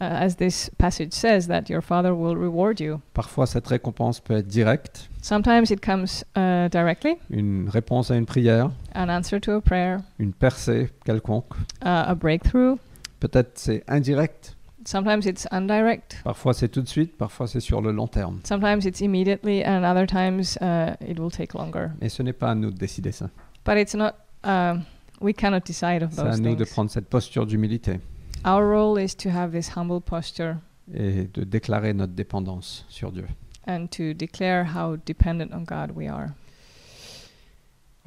B: uh, as this passage says, that your father will reward you.
A: Parfois, cette récompense peut être directe,
B: Sometimes it comes uh, directly,
A: une réponse à une prière,
B: an answer to a prayer,
A: une percée quelconque.
B: uh, a breakthrough.
A: Peut-être c'est indirect,
B: Sometimes it's indirect.
A: parfois c'est tout de suite, parfois c'est sur le long terme.
B: Sometimes it's immediately, and other times uh, it will take longer.
A: Mais ce n'est pas à nous de décider ça.
B: But it's not. Um, we cannot decide of
A: Bah, C'est à
B: those
A: nous de
B: things.
A: prendre cette posture d'humilité
B: Our role is to have this humble posture
A: et de déclarer notre dépendance sur Dieu.
B: and to declare how dependent on God we are.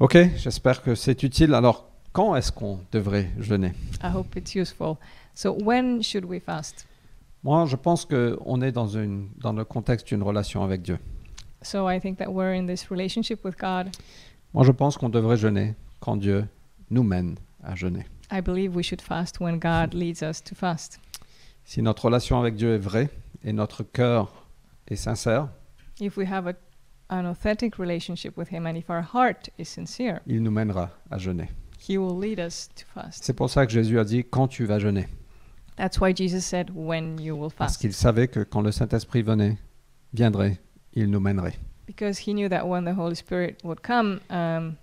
A: Ok, j'espère que c'est utile. Alors, quand est-ce qu'on devrait jeûner
B: I hope it's useful. So when should we fast?
A: Moi, je pense qu'on est dans, une, dans le contexte d'une relation avec Dieu.
B: So I think that we're in this relationship with God.
A: Moi, je pense qu'on devrait jeûner quand Dieu nous mène à jeûner.
B: I believe we should fast when God leads us to fast.
A: Si notre relation avec Dieu est vraie et notre cœur est sincère,
B: If we have a, an authentic relationship with Him and if our heart is sincere,
A: il nous mènera à jeûner.
B: He will lead us to fast.
A: C'est pour ça que Jésus a dit quand tu vas jeûner.
B: That's why Jesus said, when you will
A: Parce
B: fast.
A: qu'il savait que quand le Saint-Esprit venait, viendrait, il nous mènerait.
B: Because He knew that when the Holy Spirit would come, um,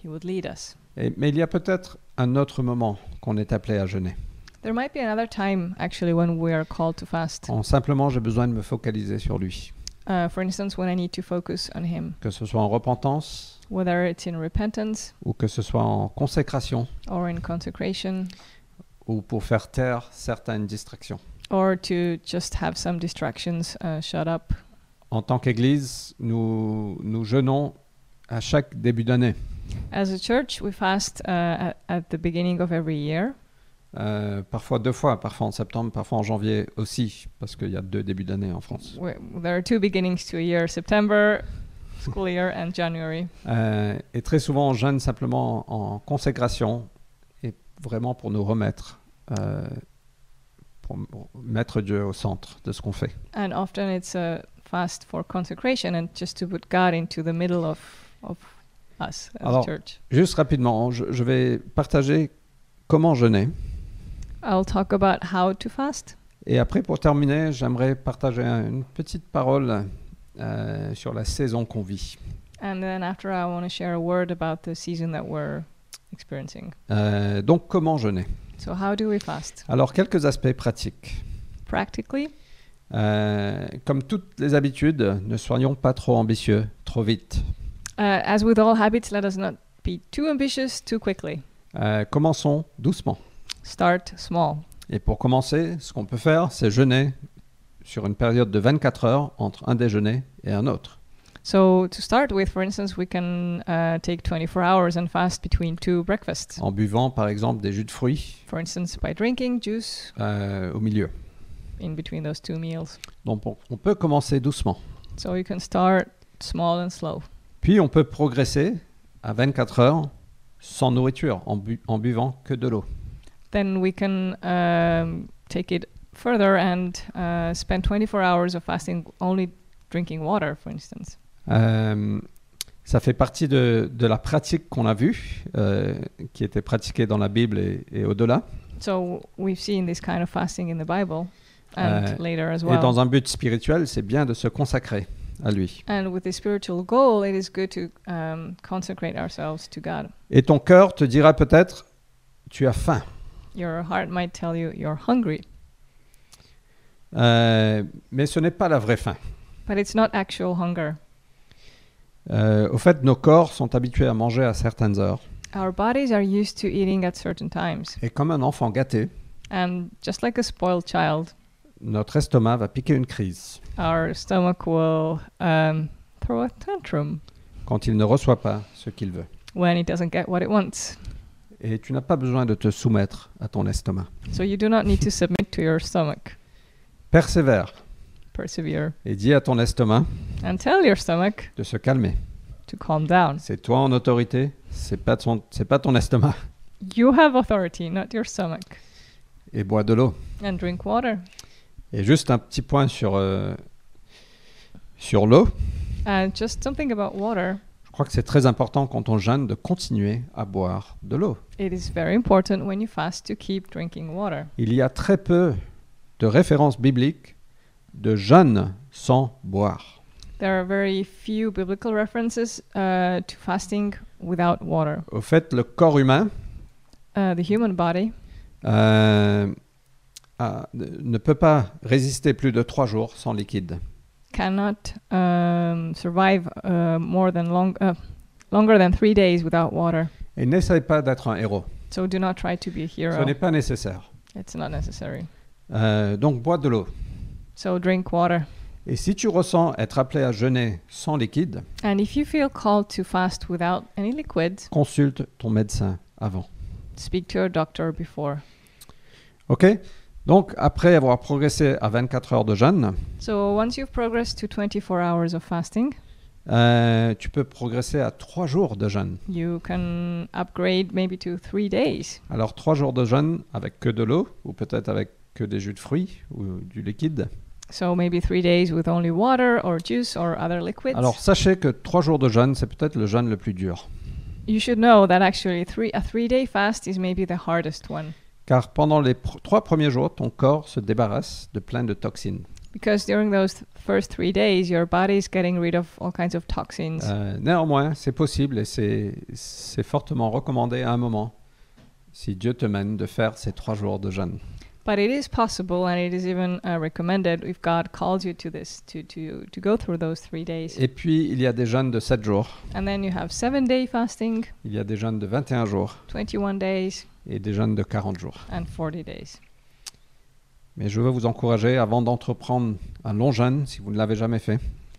B: He would lead us.
A: Et- mais il y a peut-être un autre moment qu'on est appelé à jeûner.
B: There might be another time actually when we are called to fast.
A: Quand simplement j'ai besoin de me focaliser sur lui.
B: Uh, for instance, when I need to focus on Him,
A: Que ce soit en repentance
B: whether it's in repentance
A: ou que ce soit en consécration
B: or in consecration
A: ou pour faire taire certaines distractions.
B: or to just have some distractions uh, shut up.
A: En tant qu'Église, nous, nous jeûnons à chaque début d'année
B: As a church, we fast uh, at, at the beginning of every year,
A: Euh, parfois deux fois, parfois en septembre, parfois en janvier aussi, parce qu'il y a deux débuts d'année en France.
B: Wh- there are two beginnings to a year September, school year, and January.
A: Euh, et très souvent, on jeûne simplement en consécration, et vraiment pour nous remettre, euh, pour m- mettre Dieu au centre de ce qu'on fait.
B: And often it's a fast for consecration and just to put God into the middle of, of us as
A: Alors-
B: a church.
A: Juste rapidement, je, je vais partager comment jeûner.
B: I'll talk about how to fast.
A: Et après, pour terminer, j'aimerais partager un- une petite parole euh, sur la saison qu'on vit.
B: And then after, I want to share a word about the season that we're experiencing.
A: Euh, donc, comment jeûner
B: So, how do we fast?
A: Alors, quelques aspects pratiques.
B: Practically,
A: Euh, comme toutes les habitudes, ne soyons pas trop ambitieux, trop vite.
B: uh, as with all habits, let us not be too ambitious too quickly.
A: Euh, commençons doucement.
B: Start small.
A: Et pour commencer, ce qu'on peut faire, c'est jeûner sur une période de 24 heures entre un déjeuner et un autre.
B: So, to start with, for instance, we can uh, take 24 hours and fast between two breakfasts.
A: En buvant, par exemple, des jus de fruits
B: For instance, by drinking juice
A: euh, au milieu.
B: in between those two meals.
A: Donc on, on peut commencer doucement.
B: So, you can start small and slow.
A: Puis on peut progresser à 24 heures sans nourriture, en, bu- en buvant que de l'eau.
B: Then we can um, take it further and uh, spend 24 hours of fasting only drinking water, for instance.
A: Euh, ça fait partie de, de la pratique qu'on a vue, euh, qui était pratiquée dans la Bible et, et au-delà,
B: So we've seen this kind of fasting in the Bible and
A: Uh,
B: later as
A: et
B: well.
A: dans un but spirituel, c'est bien de se consacrer à lui.
B: And with the spiritual goal, it is good to um, consecrate ourselves to God.
A: Et ton cœur te dira peut-être, tu as faim.
B: Your heart might tell you you're hungry,
A: Euh, mais ce n'est pas la vraie faim.
B: but it's not actual hunger.
A: Euh, au fait, nos corps sont habitués à manger à certaines heures.
B: Our bodies are used to eating at certain times.
A: Et comme un enfant gâté,
B: And just like a spoiled child,
A: notre estomac va piquer une crise
B: our stomach will um, throw a tantrum
A: quand il ne reçoit pas ce qu'il veut.
B: when it doesn't get what it wants.
A: Et tu n'as pas besoin de te soumettre à ton estomac.
B: So you do not need to submit to your stomach.
A: Persévère
B: Persevere.
A: et dis à ton estomac
B: And tell your stomach
A: de se calmer.
B: to calm down.
A: C'est toi en autorité, c'est pas ton, c'est pas ton estomac.
B: You have authority, not your stomach.
A: Et bois de l'eau.
B: And drink water.
A: Et juste un petit point sur euh, sur l'eau.
B: And just something about water.
A: Je crois que c'est très important quand on jeûne de continuer à boire de l'eau.
B: It is very important when you fast to keep drinking water.
A: Il y a très peu de références bibliques de jeûne sans boire.
B: There are very few biblical references uh, to fasting without water.
A: Au fait, le corps humain
B: Uh, the human body
A: euh, a- ne peut pas résister plus de trois jours sans liquide.
B: cannot um, survive uh, more than long, uh, longer than three days without water.
A: Et n'essaye pas d'être un héros.
B: So do not try to be a
A: Ce
B: hero.
A: n'est pas nécessaire.
B: It's not necessary.
A: Euh, donc bois de l'eau.
B: So drink water.
A: Et si tu ressens être appelé à jeûner sans liquide,
B: And if you feel called to fast without any liquid,
A: consulte ton médecin avant.
B: speak to your doctor before.
A: OK Donc, après avoir progressé à 24 heures de jeûne,
B: So once you've progressed to 24 hours of fasting,
A: euh, tu peux progresser à 3 jours de jeûne.
B: you can upgrade maybe to three days.
A: Alors, 3 jours de jeûne avec que de l'eau, ou peut-être avec que des jus de fruits ou du liquide.
B: So maybe three days with only water or juice or other liquids.
A: Alors, sachez que 3 jours de jeûne, c'est peut-être le jeûne le plus dur.
B: you should know that actually three a three-day fast is maybe the hardest one
A: Car pendant les 3 premiers jours, ton corps se débarrasse de plein de toxines.
B: because during those th- first three days your body is getting rid of all kinds of toxins.
A: Euh, néanmoins, c'est possible et c'est c'est fortement recommandé à un moment, si Dieu te mène, de faire ces trois jours de jeûne.
B: but it is possible, and it is even uh, recommended if God calls you to this to to to go through those three days.
A: Et puis, il y a des jeûnes de 7 jours,
B: and then you have seven-day fasting,
A: il y a des jeûnes de 21 jours
B: 21 days,
A: et des jeûnes de 40 jours.
B: and 40 days.
A: Mais je veux vous encourager avant d'entreprendre un long jeûne si vous ne l'avez jamais fait.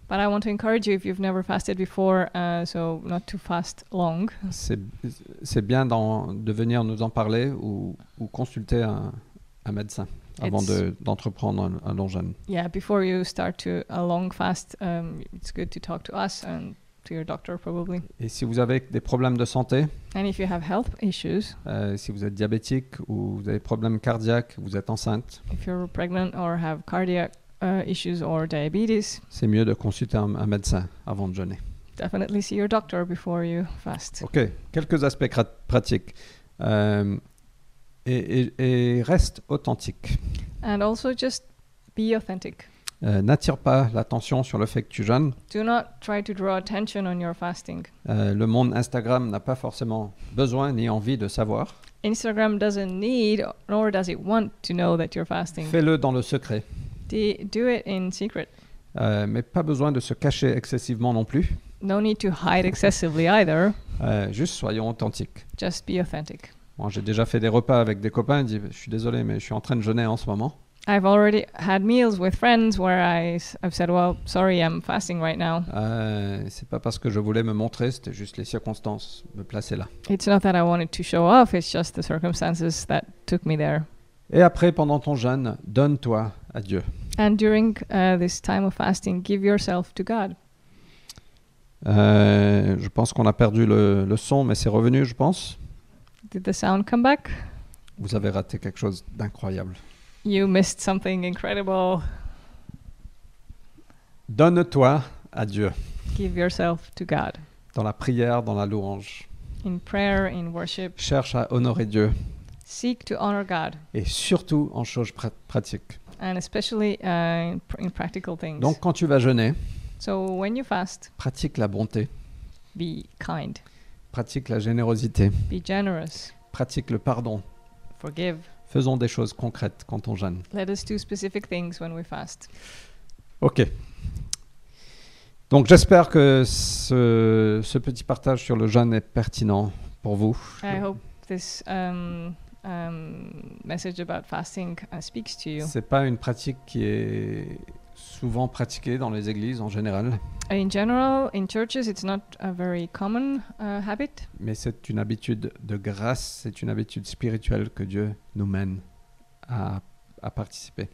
B: But I want to encourage you if you've never fasted before, uh, so not to fast long.
A: C'est c'est bien d'en- de venir nous en parler ou, ou consulter un, un médecin avant
B: It's-
A: de- d'entreprendre un, un long jeûne.
B: Yeah, before you start to a long fast, um, it's good to talk to us and to your doctor probably.
A: Et si vous avez des problèmes de santé,
B: And if you have health issues,
A: euh, si vous êtes diabétique ou vous avez des problèmes cardiaques, vous êtes enceinte,
B: if you're pregnant or have cardiac uh, issues or diabetes,
A: c'est mieux de consulter un, un médecin avant de jeûner.
B: definitely see your doctor before you fast.
A: Ok, quelques aspects crat- pratiques. Euh, et, et- et reste authentique.
B: And also just be authentic.
A: Euh, N'attire pas l'attention sur le fait que tu jeûnes.
B: Do not try to draw attention on your fasting.
A: Euh, le monde Instagram n'a pas forcément besoin ni envie de savoir.
B: Instagram doesn't need nor does it want to know that you're fasting.
A: Fais-le dans le secret,
B: Do do it in secret.
A: Euh, mais pas besoin de se cacher excessivement non plus.
B: No need to hide excessively either.
A: Euh, juste soyons authentiques.
B: Just be authentic.
A: Moi, j'ai déjà fait des repas avec des copains. Dit, je suis désolé, mais je suis en train de jeûner en ce moment.
B: I've already had meals with friends where I, have said, well, sorry, I'm fasting right now.
A: Euh, c'est pas parce que je voulais me montrer, c'était juste les circonstances me placer là.
B: It's not that I wanted to show off, it's just the circumstances that took me there.
A: Et après, pendant ton jeûne, donne-toi à Dieu.
B: And during uh, this time of fasting, give yourself to God.
A: Euh, je pense qu'on a perdu le, le son, mais c'est revenu, je pense.
B: Did the sound come back?
A: Vous avez raté quelque chose d'incroyable.
B: You missed something incredible.
A: Donne-toi à Dieu
B: Give yourself to God.
A: dans la prière, dans la louange.
B: In prayer, in worship,
A: Cherche à honorer Dieu
B: seek to honor God,
A: et surtout en choses pra- pratiques.
B: and especially uh, in, pr- in practical things.
A: Donc, quand tu vas jeûner,
B: so when you fast,
A: pratique la bonté,
B: be kind,
A: pratique la générosité,
B: be generous,
A: pratique le pardon.
B: forgive.
A: Faisons des choses concrètes quand on jeûne.
B: Let us do specific things when we fast.
A: Ok. Donc, j'espère que ce, ce petit partage sur le jeûne est pertinent pour vous.
B: I hope this um, um, message about fasting uh, speaks to you.
A: C'est pas une pratique qui est souvent pratiquée dans les églises en général,
B: In general, in churches, it's not a very common uh, habit,
A: mais c'est une habitude de grâce, c'est une habitude spirituelle que Dieu nous mène à, à participer.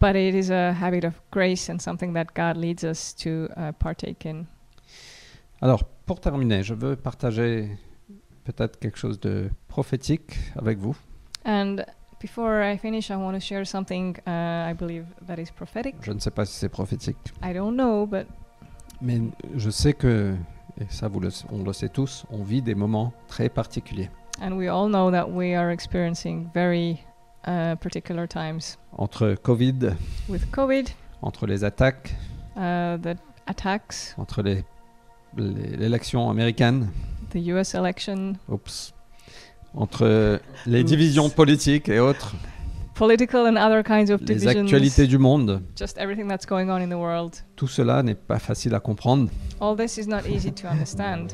B: but it is a habit of grace and something that God leads us to uh, partake in.
A: Alors, pour terminer, je veux partager peut-être quelque chose de prophétique avec vous.
B: And before I finish, I want to share something uh, I believe that is prophetic.
A: Je ne sais pas si c'est prophétique,
B: I don't know, but
A: mais je sais que, et ça vous le- on le sait tous, on vit des moments très particuliers.
B: and we all know that we are experiencing very uh, particular times
A: Entre Covid,
B: with COVID,
A: entre les attaques,
B: uh, the attacks,
A: entre les- les- l'élection américaine,
B: the U.S. election,
A: Oups. Entre les
B: Oups.
A: divisions politiques et autres,
B: political and other kinds of
A: les
B: divisions,
A: actualités du monde,
B: just everything that's going on in the world.
A: tout cela n'est pas facile à comprendre.
B: All this is not easy to understand,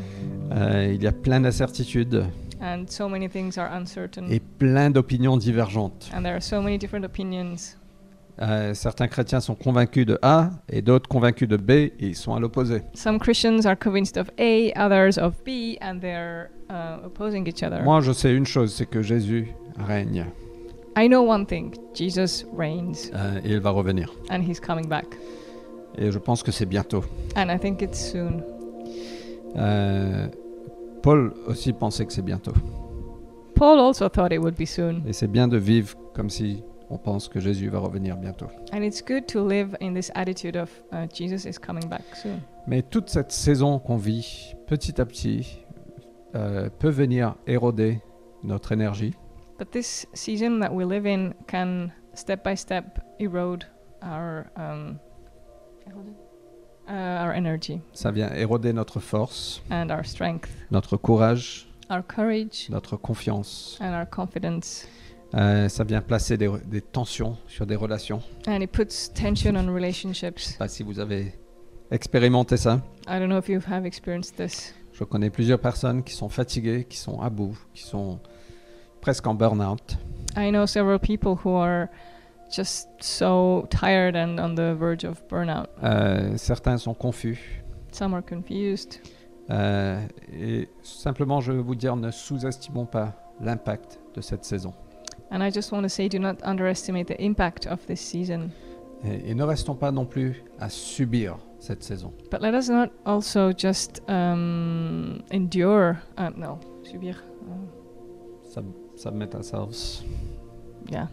A: Euh, il y a plein d'incertitudes
B: and so many things are uncertain,
A: et plein d'opinions divergentes.
B: and there are so many different opinions.
A: Euh, certains chrétiens sont convaincus de A et d'autres convaincus de B et ils sont à l'opposé.
B: Some Christians are convinced of A, others of B, and they're uh, opposing each other.
A: Moi, je sais une chose, c'est que Jésus règne
B: I know one thing Jesus reigns,
A: euh, et il va revenir.
B: and he's coming back,
A: Et je pense que c'est bientôt.
B: and I think it's soon.
A: Euh, Paul aussi pensait que c'est bientôt.
B: Paul also thought it would be soon,
A: Et c'est bien de vivre comme si on pense que Jésus va revenir bientôt.
B: and it's good to live in this attitude of uh, Jesus is coming back soon.
A: Mais toute cette saison qu'on vit, petit à petit, euh, peut venir éroder notre énergie,
B: But this season that we live in can step by step erode our um, uh, our energy
A: ça vient éroder notre force,
B: and our strength,
A: notre courage,
B: our courage
A: notre confiance.
B: and our confidence,
A: Euh, ça vient placer des, des tensions sur des relations.
B: and it puts tension on relationships.
A: Je sais pas si vous avez expérimenté ça.
B: I don't know if you have experienced this.
A: Je connais plusieurs personnes qui sont fatiguées, qui sont à bout, qui sont presque en burn-out.
B: I know several people who are just so tired and on the verge of burnout.
A: Euh, certains sont confus.
B: Some are confused.
A: Euh, et simplement, je veux vous dire, ne sous-estimons pas l'impact de cette saison.
B: And I just want to say do not underestimate the impact of this season.
A: Et, et ne restons pas non plus à subir cette saison.
B: But let us not also just um, endure, uh, no, subir, uh,
A: Sub- submit ourselves.
B: yeah,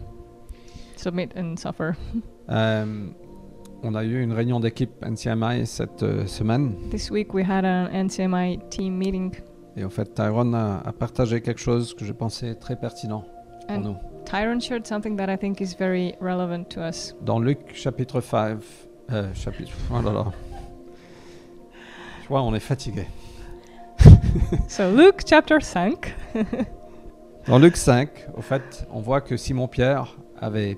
B: submit and suffer.
A: Euh, on a eu une réunion d'équipe NCMI cette euh, semaine.
B: This week we had an NCMI team meeting.
A: Et en fait, Tyrone a, a partagé quelque chose que je pensais très pertinent pour
B: And-
A: nous.
B: Tyron shared something that I think is very relevant to us.
A: Dans Luc chapitre 5, euh, chapitre... Oh là là. Tu vois, on est fatigué.
B: so Luke chapter 5.
A: Dans Luc 5, au fait, on voit que Simon-Pierre avait...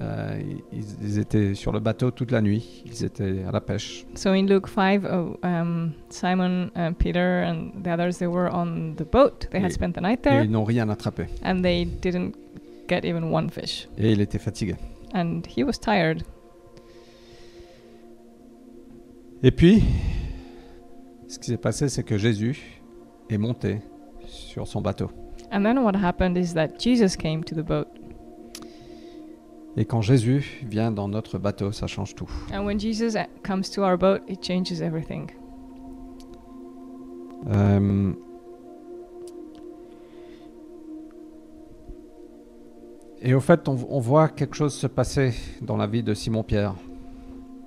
A: euh, ils, ils étaient sur le bateau toute la nuit. Ils étaient à la pêche.
B: So in Luke 5, oh, um, Simon, uh, Peter, and the others, they were on the boat. They had
A: Yeah.
B: spent the night
A: Et
B: there,
A: ils n'ont rien attrapé.
B: and they didn't get even one fish.
A: Et il était fatigué.
B: And he was tired.
A: Et puis, ce qui s'est passé, c'est que Jésus est monté sur son bateau.
B: And then what happened is that Jesus came to the boat.
A: Et quand Jésus vient dans notre bateau, ça change tout.
B: And when Jesus uh, comes to our boat, it changes everything.
A: Euh, Et au fait, on, on voit quelque chose se passer dans la vie de Simon-Pierre.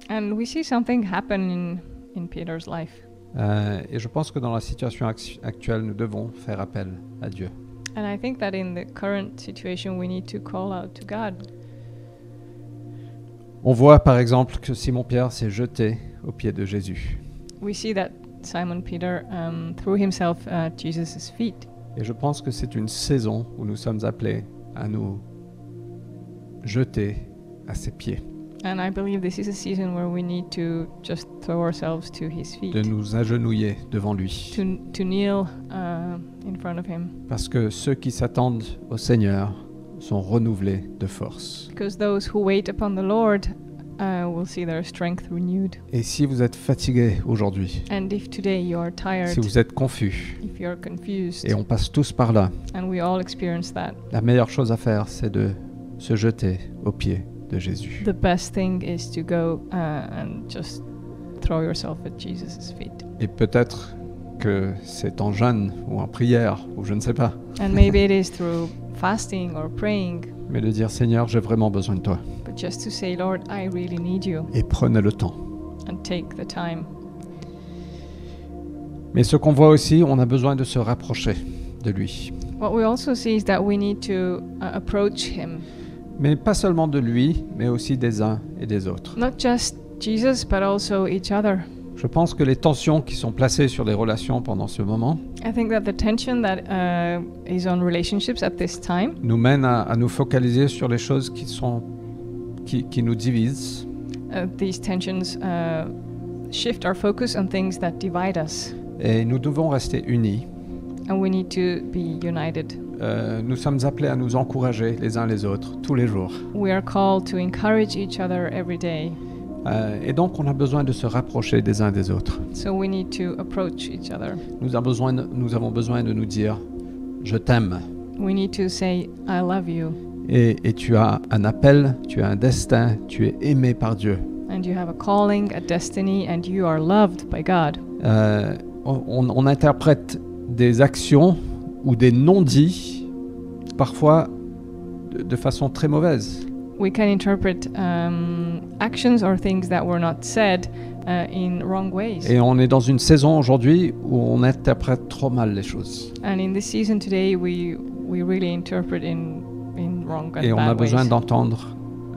B: And we see something happen in, in Peter's life.
A: Euh, et je pense que dans la situation ac- actuelle, nous devons faire appel à Dieu.
B: And I think that in the current situation, we need to call out to God.
A: On voit par exemple que Simon-Pierre s'est jeté aux pieds de Jésus.
B: We see that Simon Peter um, threw himself at Jesus' feet.
A: Et je pense que c'est une saison où nous sommes appelés à nous jeter à ses pieds,
B: And I believe this is a season where we need to just throw ourselves to his feet,
A: de nous agenouiller devant lui.
B: to, to kneel uh, in front of him.
A: Parce que ceux qui s'attendent au Seigneur sont renouvelés de force.
B: Because those who wait upon the Lord uh, will see their strength renewed.
A: Et si vous êtes fatigué aujourd'hui,
B: And if today you are tired,
A: si vous êtes confus,
B: if you are confused,
A: et on passe tous par là,
B: and we all experience that,
A: la meilleure chose à faire, c'est de se jeter aux pieds de Jésus.
B: the best thing is to go uh, and just throw yourself at Jesus' feet.
A: Et peut-être que c'est en jeûne ou en prière, ou je ne sais pas,
B: And maybe it is through fasting or praying,
A: mais de dire Seigneur, j'ai vraiment besoin de toi.
B: but just to say, Lord, I really need you,
A: Et prenez le temps.
B: and take the time.
A: Mais ce qu'on voit aussi, on a besoin de se rapprocher de lui.
B: What we also see is that we need to uh, approach Him,
A: Mais pas seulement de lui, mais aussi des uns et des autres.
B: not just Jesus, but also each other.
A: Je pense que les tensions qui sont placées sur les relations pendant ce moment
B: I think that the tension that uh, is on relationships at this time
A: nous mènent à, à nous focaliser sur les choses qui, sont, qui, qui nous divisent
B: uh, these tensions uh, shift our focus on things that divide us,
A: et nous devons rester unis.
B: and we need to be united.
A: Euh, nous sommes appelés à nous encourager les uns les autres tous les jours.
B: We are called to encourage each other every day,
A: Euh, et donc on a besoin de se rapprocher des uns des autres.
B: so we need to approach each other.
A: Nous, avons besoin de- nous avons besoin de nous dire je t'aime
B: We need to say, I love you,
A: et, et tu as un appel, tu as un destin, tu es aimé par Dieu.
B: and you have a calling, a destiny, and you are loved by God.
A: Euh, on, on interprète des actions ou des non-dits parfois de, de façon très mauvaise.
B: We can interpret um, actions or things that were not said uh, in wrong ways.
A: Et on est dans une saison aujourd'hui où on interprète trop mal les choses.
B: And in this season today, we we really interpret in in wrong and
A: Et on a
B: bad
A: besoin
B: ways.
A: d'entendre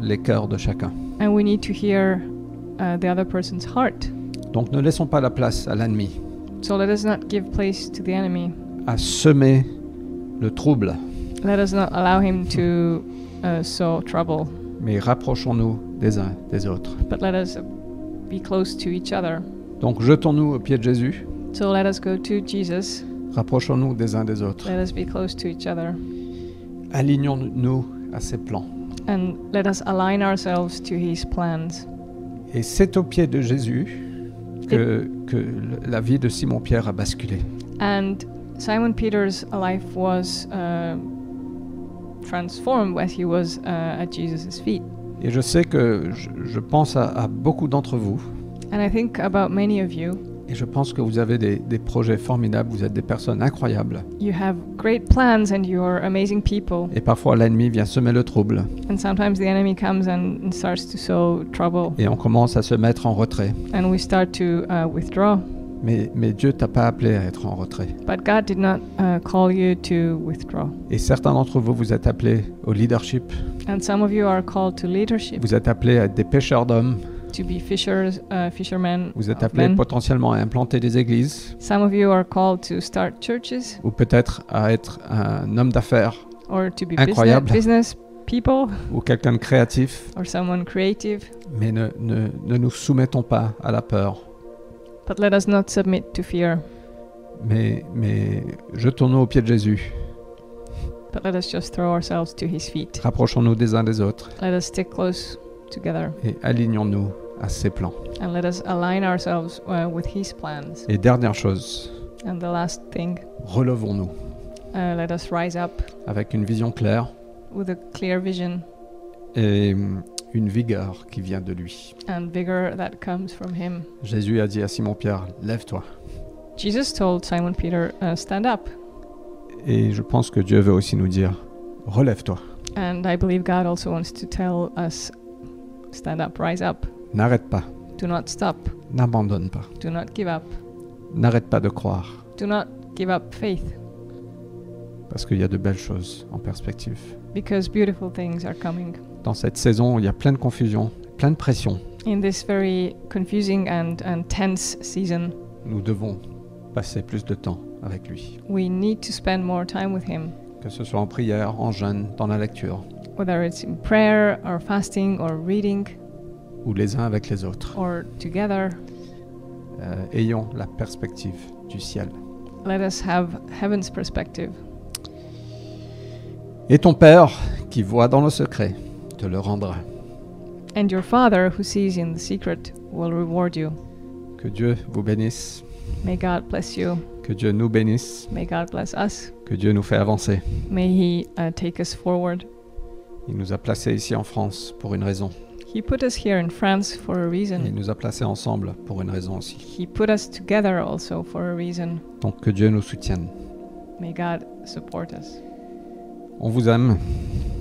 A: les cœurs de chacun.
B: And we need to hear uh, the other person's heart.
A: Donc ne laissons pas la place à l'ennemi,
B: So let us not give place to the enemy.
A: à semer le trouble,
B: Let us not allow him to uh, sow trouble,
A: mais rapprochons-nous des uns des autres.
B: but let us be close to each other.
A: Donc jetons-nous aux pieds de Jésus,
B: So let us go to Jesus.
A: rapprochons-nous des uns des autres,
B: Let us be close to each other.
A: alignons-nous à ses plans.
B: and let us align ourselves to His plans.
A: Et c'est au pied de Jésus que, que le- la vie de Simon-Pierre a basculé.
B: And Simon Peter's life was uh, transformed as he was uh, at Jesus' feet.
A: Et je sais que je, je pense à, à beaucoup d'entre vous,
B: And I think about many of you,
A: et je pense que vous avez des, des projets formidables, vous êtes des personnes incroyables,
B: you have great plans and you're amazing people.
A: et parfois l'ennemi vient semer le trouble,
B: And sometimes the enemy comes and and starts to sow trouble,
A: et on commence à se mettre en retrait.
B: and we start to uh, withdraw.
A: Mais, mais Dieu t'a pas appelé à être en retrait.
B: But God did not uh, call you to withdraw.
A: Et certains d'entre vous, vous êtes appelés au leadership,
B: And some of you are called to leadership,
A: vous êtes appelés à être des pêcheurs d'hommes,
B: to be fishers, uh, fishermen.
A: vous êtes
B: of
A: appelés
B: men.
A: potentiellement à implanter des églises,
B: Some of you are called to start churches
A: ou peut-être à être un homme d'affaires,
B: or to be
A: Incroyable.
B: business, business people
A: ou quelqu'un de créatif.
B: or someone creative.
A: Mais ne, ne- ne nous soumettons pas à la peur,
B: But let us not submit to fear,
A: mais, mais jetons-nous au pied de Jésus,
B: but let us just throw ourselves to his feet.
A: rapprochons-nous des uns des autres
B: Let us stick close together
A: et alignons-nous à ses plans.
B: and let us align ourselves uh, with his plans.
A: Et dernière chose,
B: And the last thing,
A: relevons-nous
B: uh, let us rise up
A: avec une vision claire
B: with a clear vision
A: et hum, une vigueur qui vient de lui.
B: and vigor that comes from him.
A: Jésus a dit à Simon-Pierre, lève-toi.
B: Jesus told Simon Peter, uh, Stand up.
A: Et je pense que Dieu veut aussi nous dire, relève-toi,
B: And I believe God also wants to tell us stand up, rise up,
A: n'arrête pas,
B: do not stop,
A: n'abandonne pas,
B: do not give up,
A: n'arrête pas de croire,
B: do not give up faith,
A: parce qu'il y a de belles choses en perspective.
B: because beautiful things are coming.
A: Dans cette saison, il y a plein de confusion, plein de pression.
B: In this very confusing and, and tense season,
A: Nous devons passer plus de temps avec lui,
B: we need to spend more time with Him,
A: que ce soit en prière, en jeûne, dans la lecture,
B: whether it's in prayer or fasting or reading
A: ou les uns avec les autres.
B: or together.
A: Euh, ayons la perspective du ciel.
B: Let us have heaven's perspective.
A: Et ton Père, qui voit dans le secret, te le rendra.
B: And your Father who sees in the secret will reward you.
A: Que Dieu vous bénisse,
B: May God bless you.
A: que Dieu nous bénisse,
B: May God bless us.
A: que Dieu nous fait avancer.
B: May He uh, take us forward.
A: Il nous a placés ici en France pour une raison.
B: He put us here in France for
A: Et
B: a
A: il
B: reason.
A: nous a placés ensemble pour une raison aussi.
B: He put us together also for a reason.
A: Donc que Dieu nous soutienne.
B: May God support us.
A: On vous aime.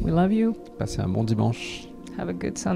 B: We love you.
A: Passez un bon dimanche.
B: Have a good Sunday.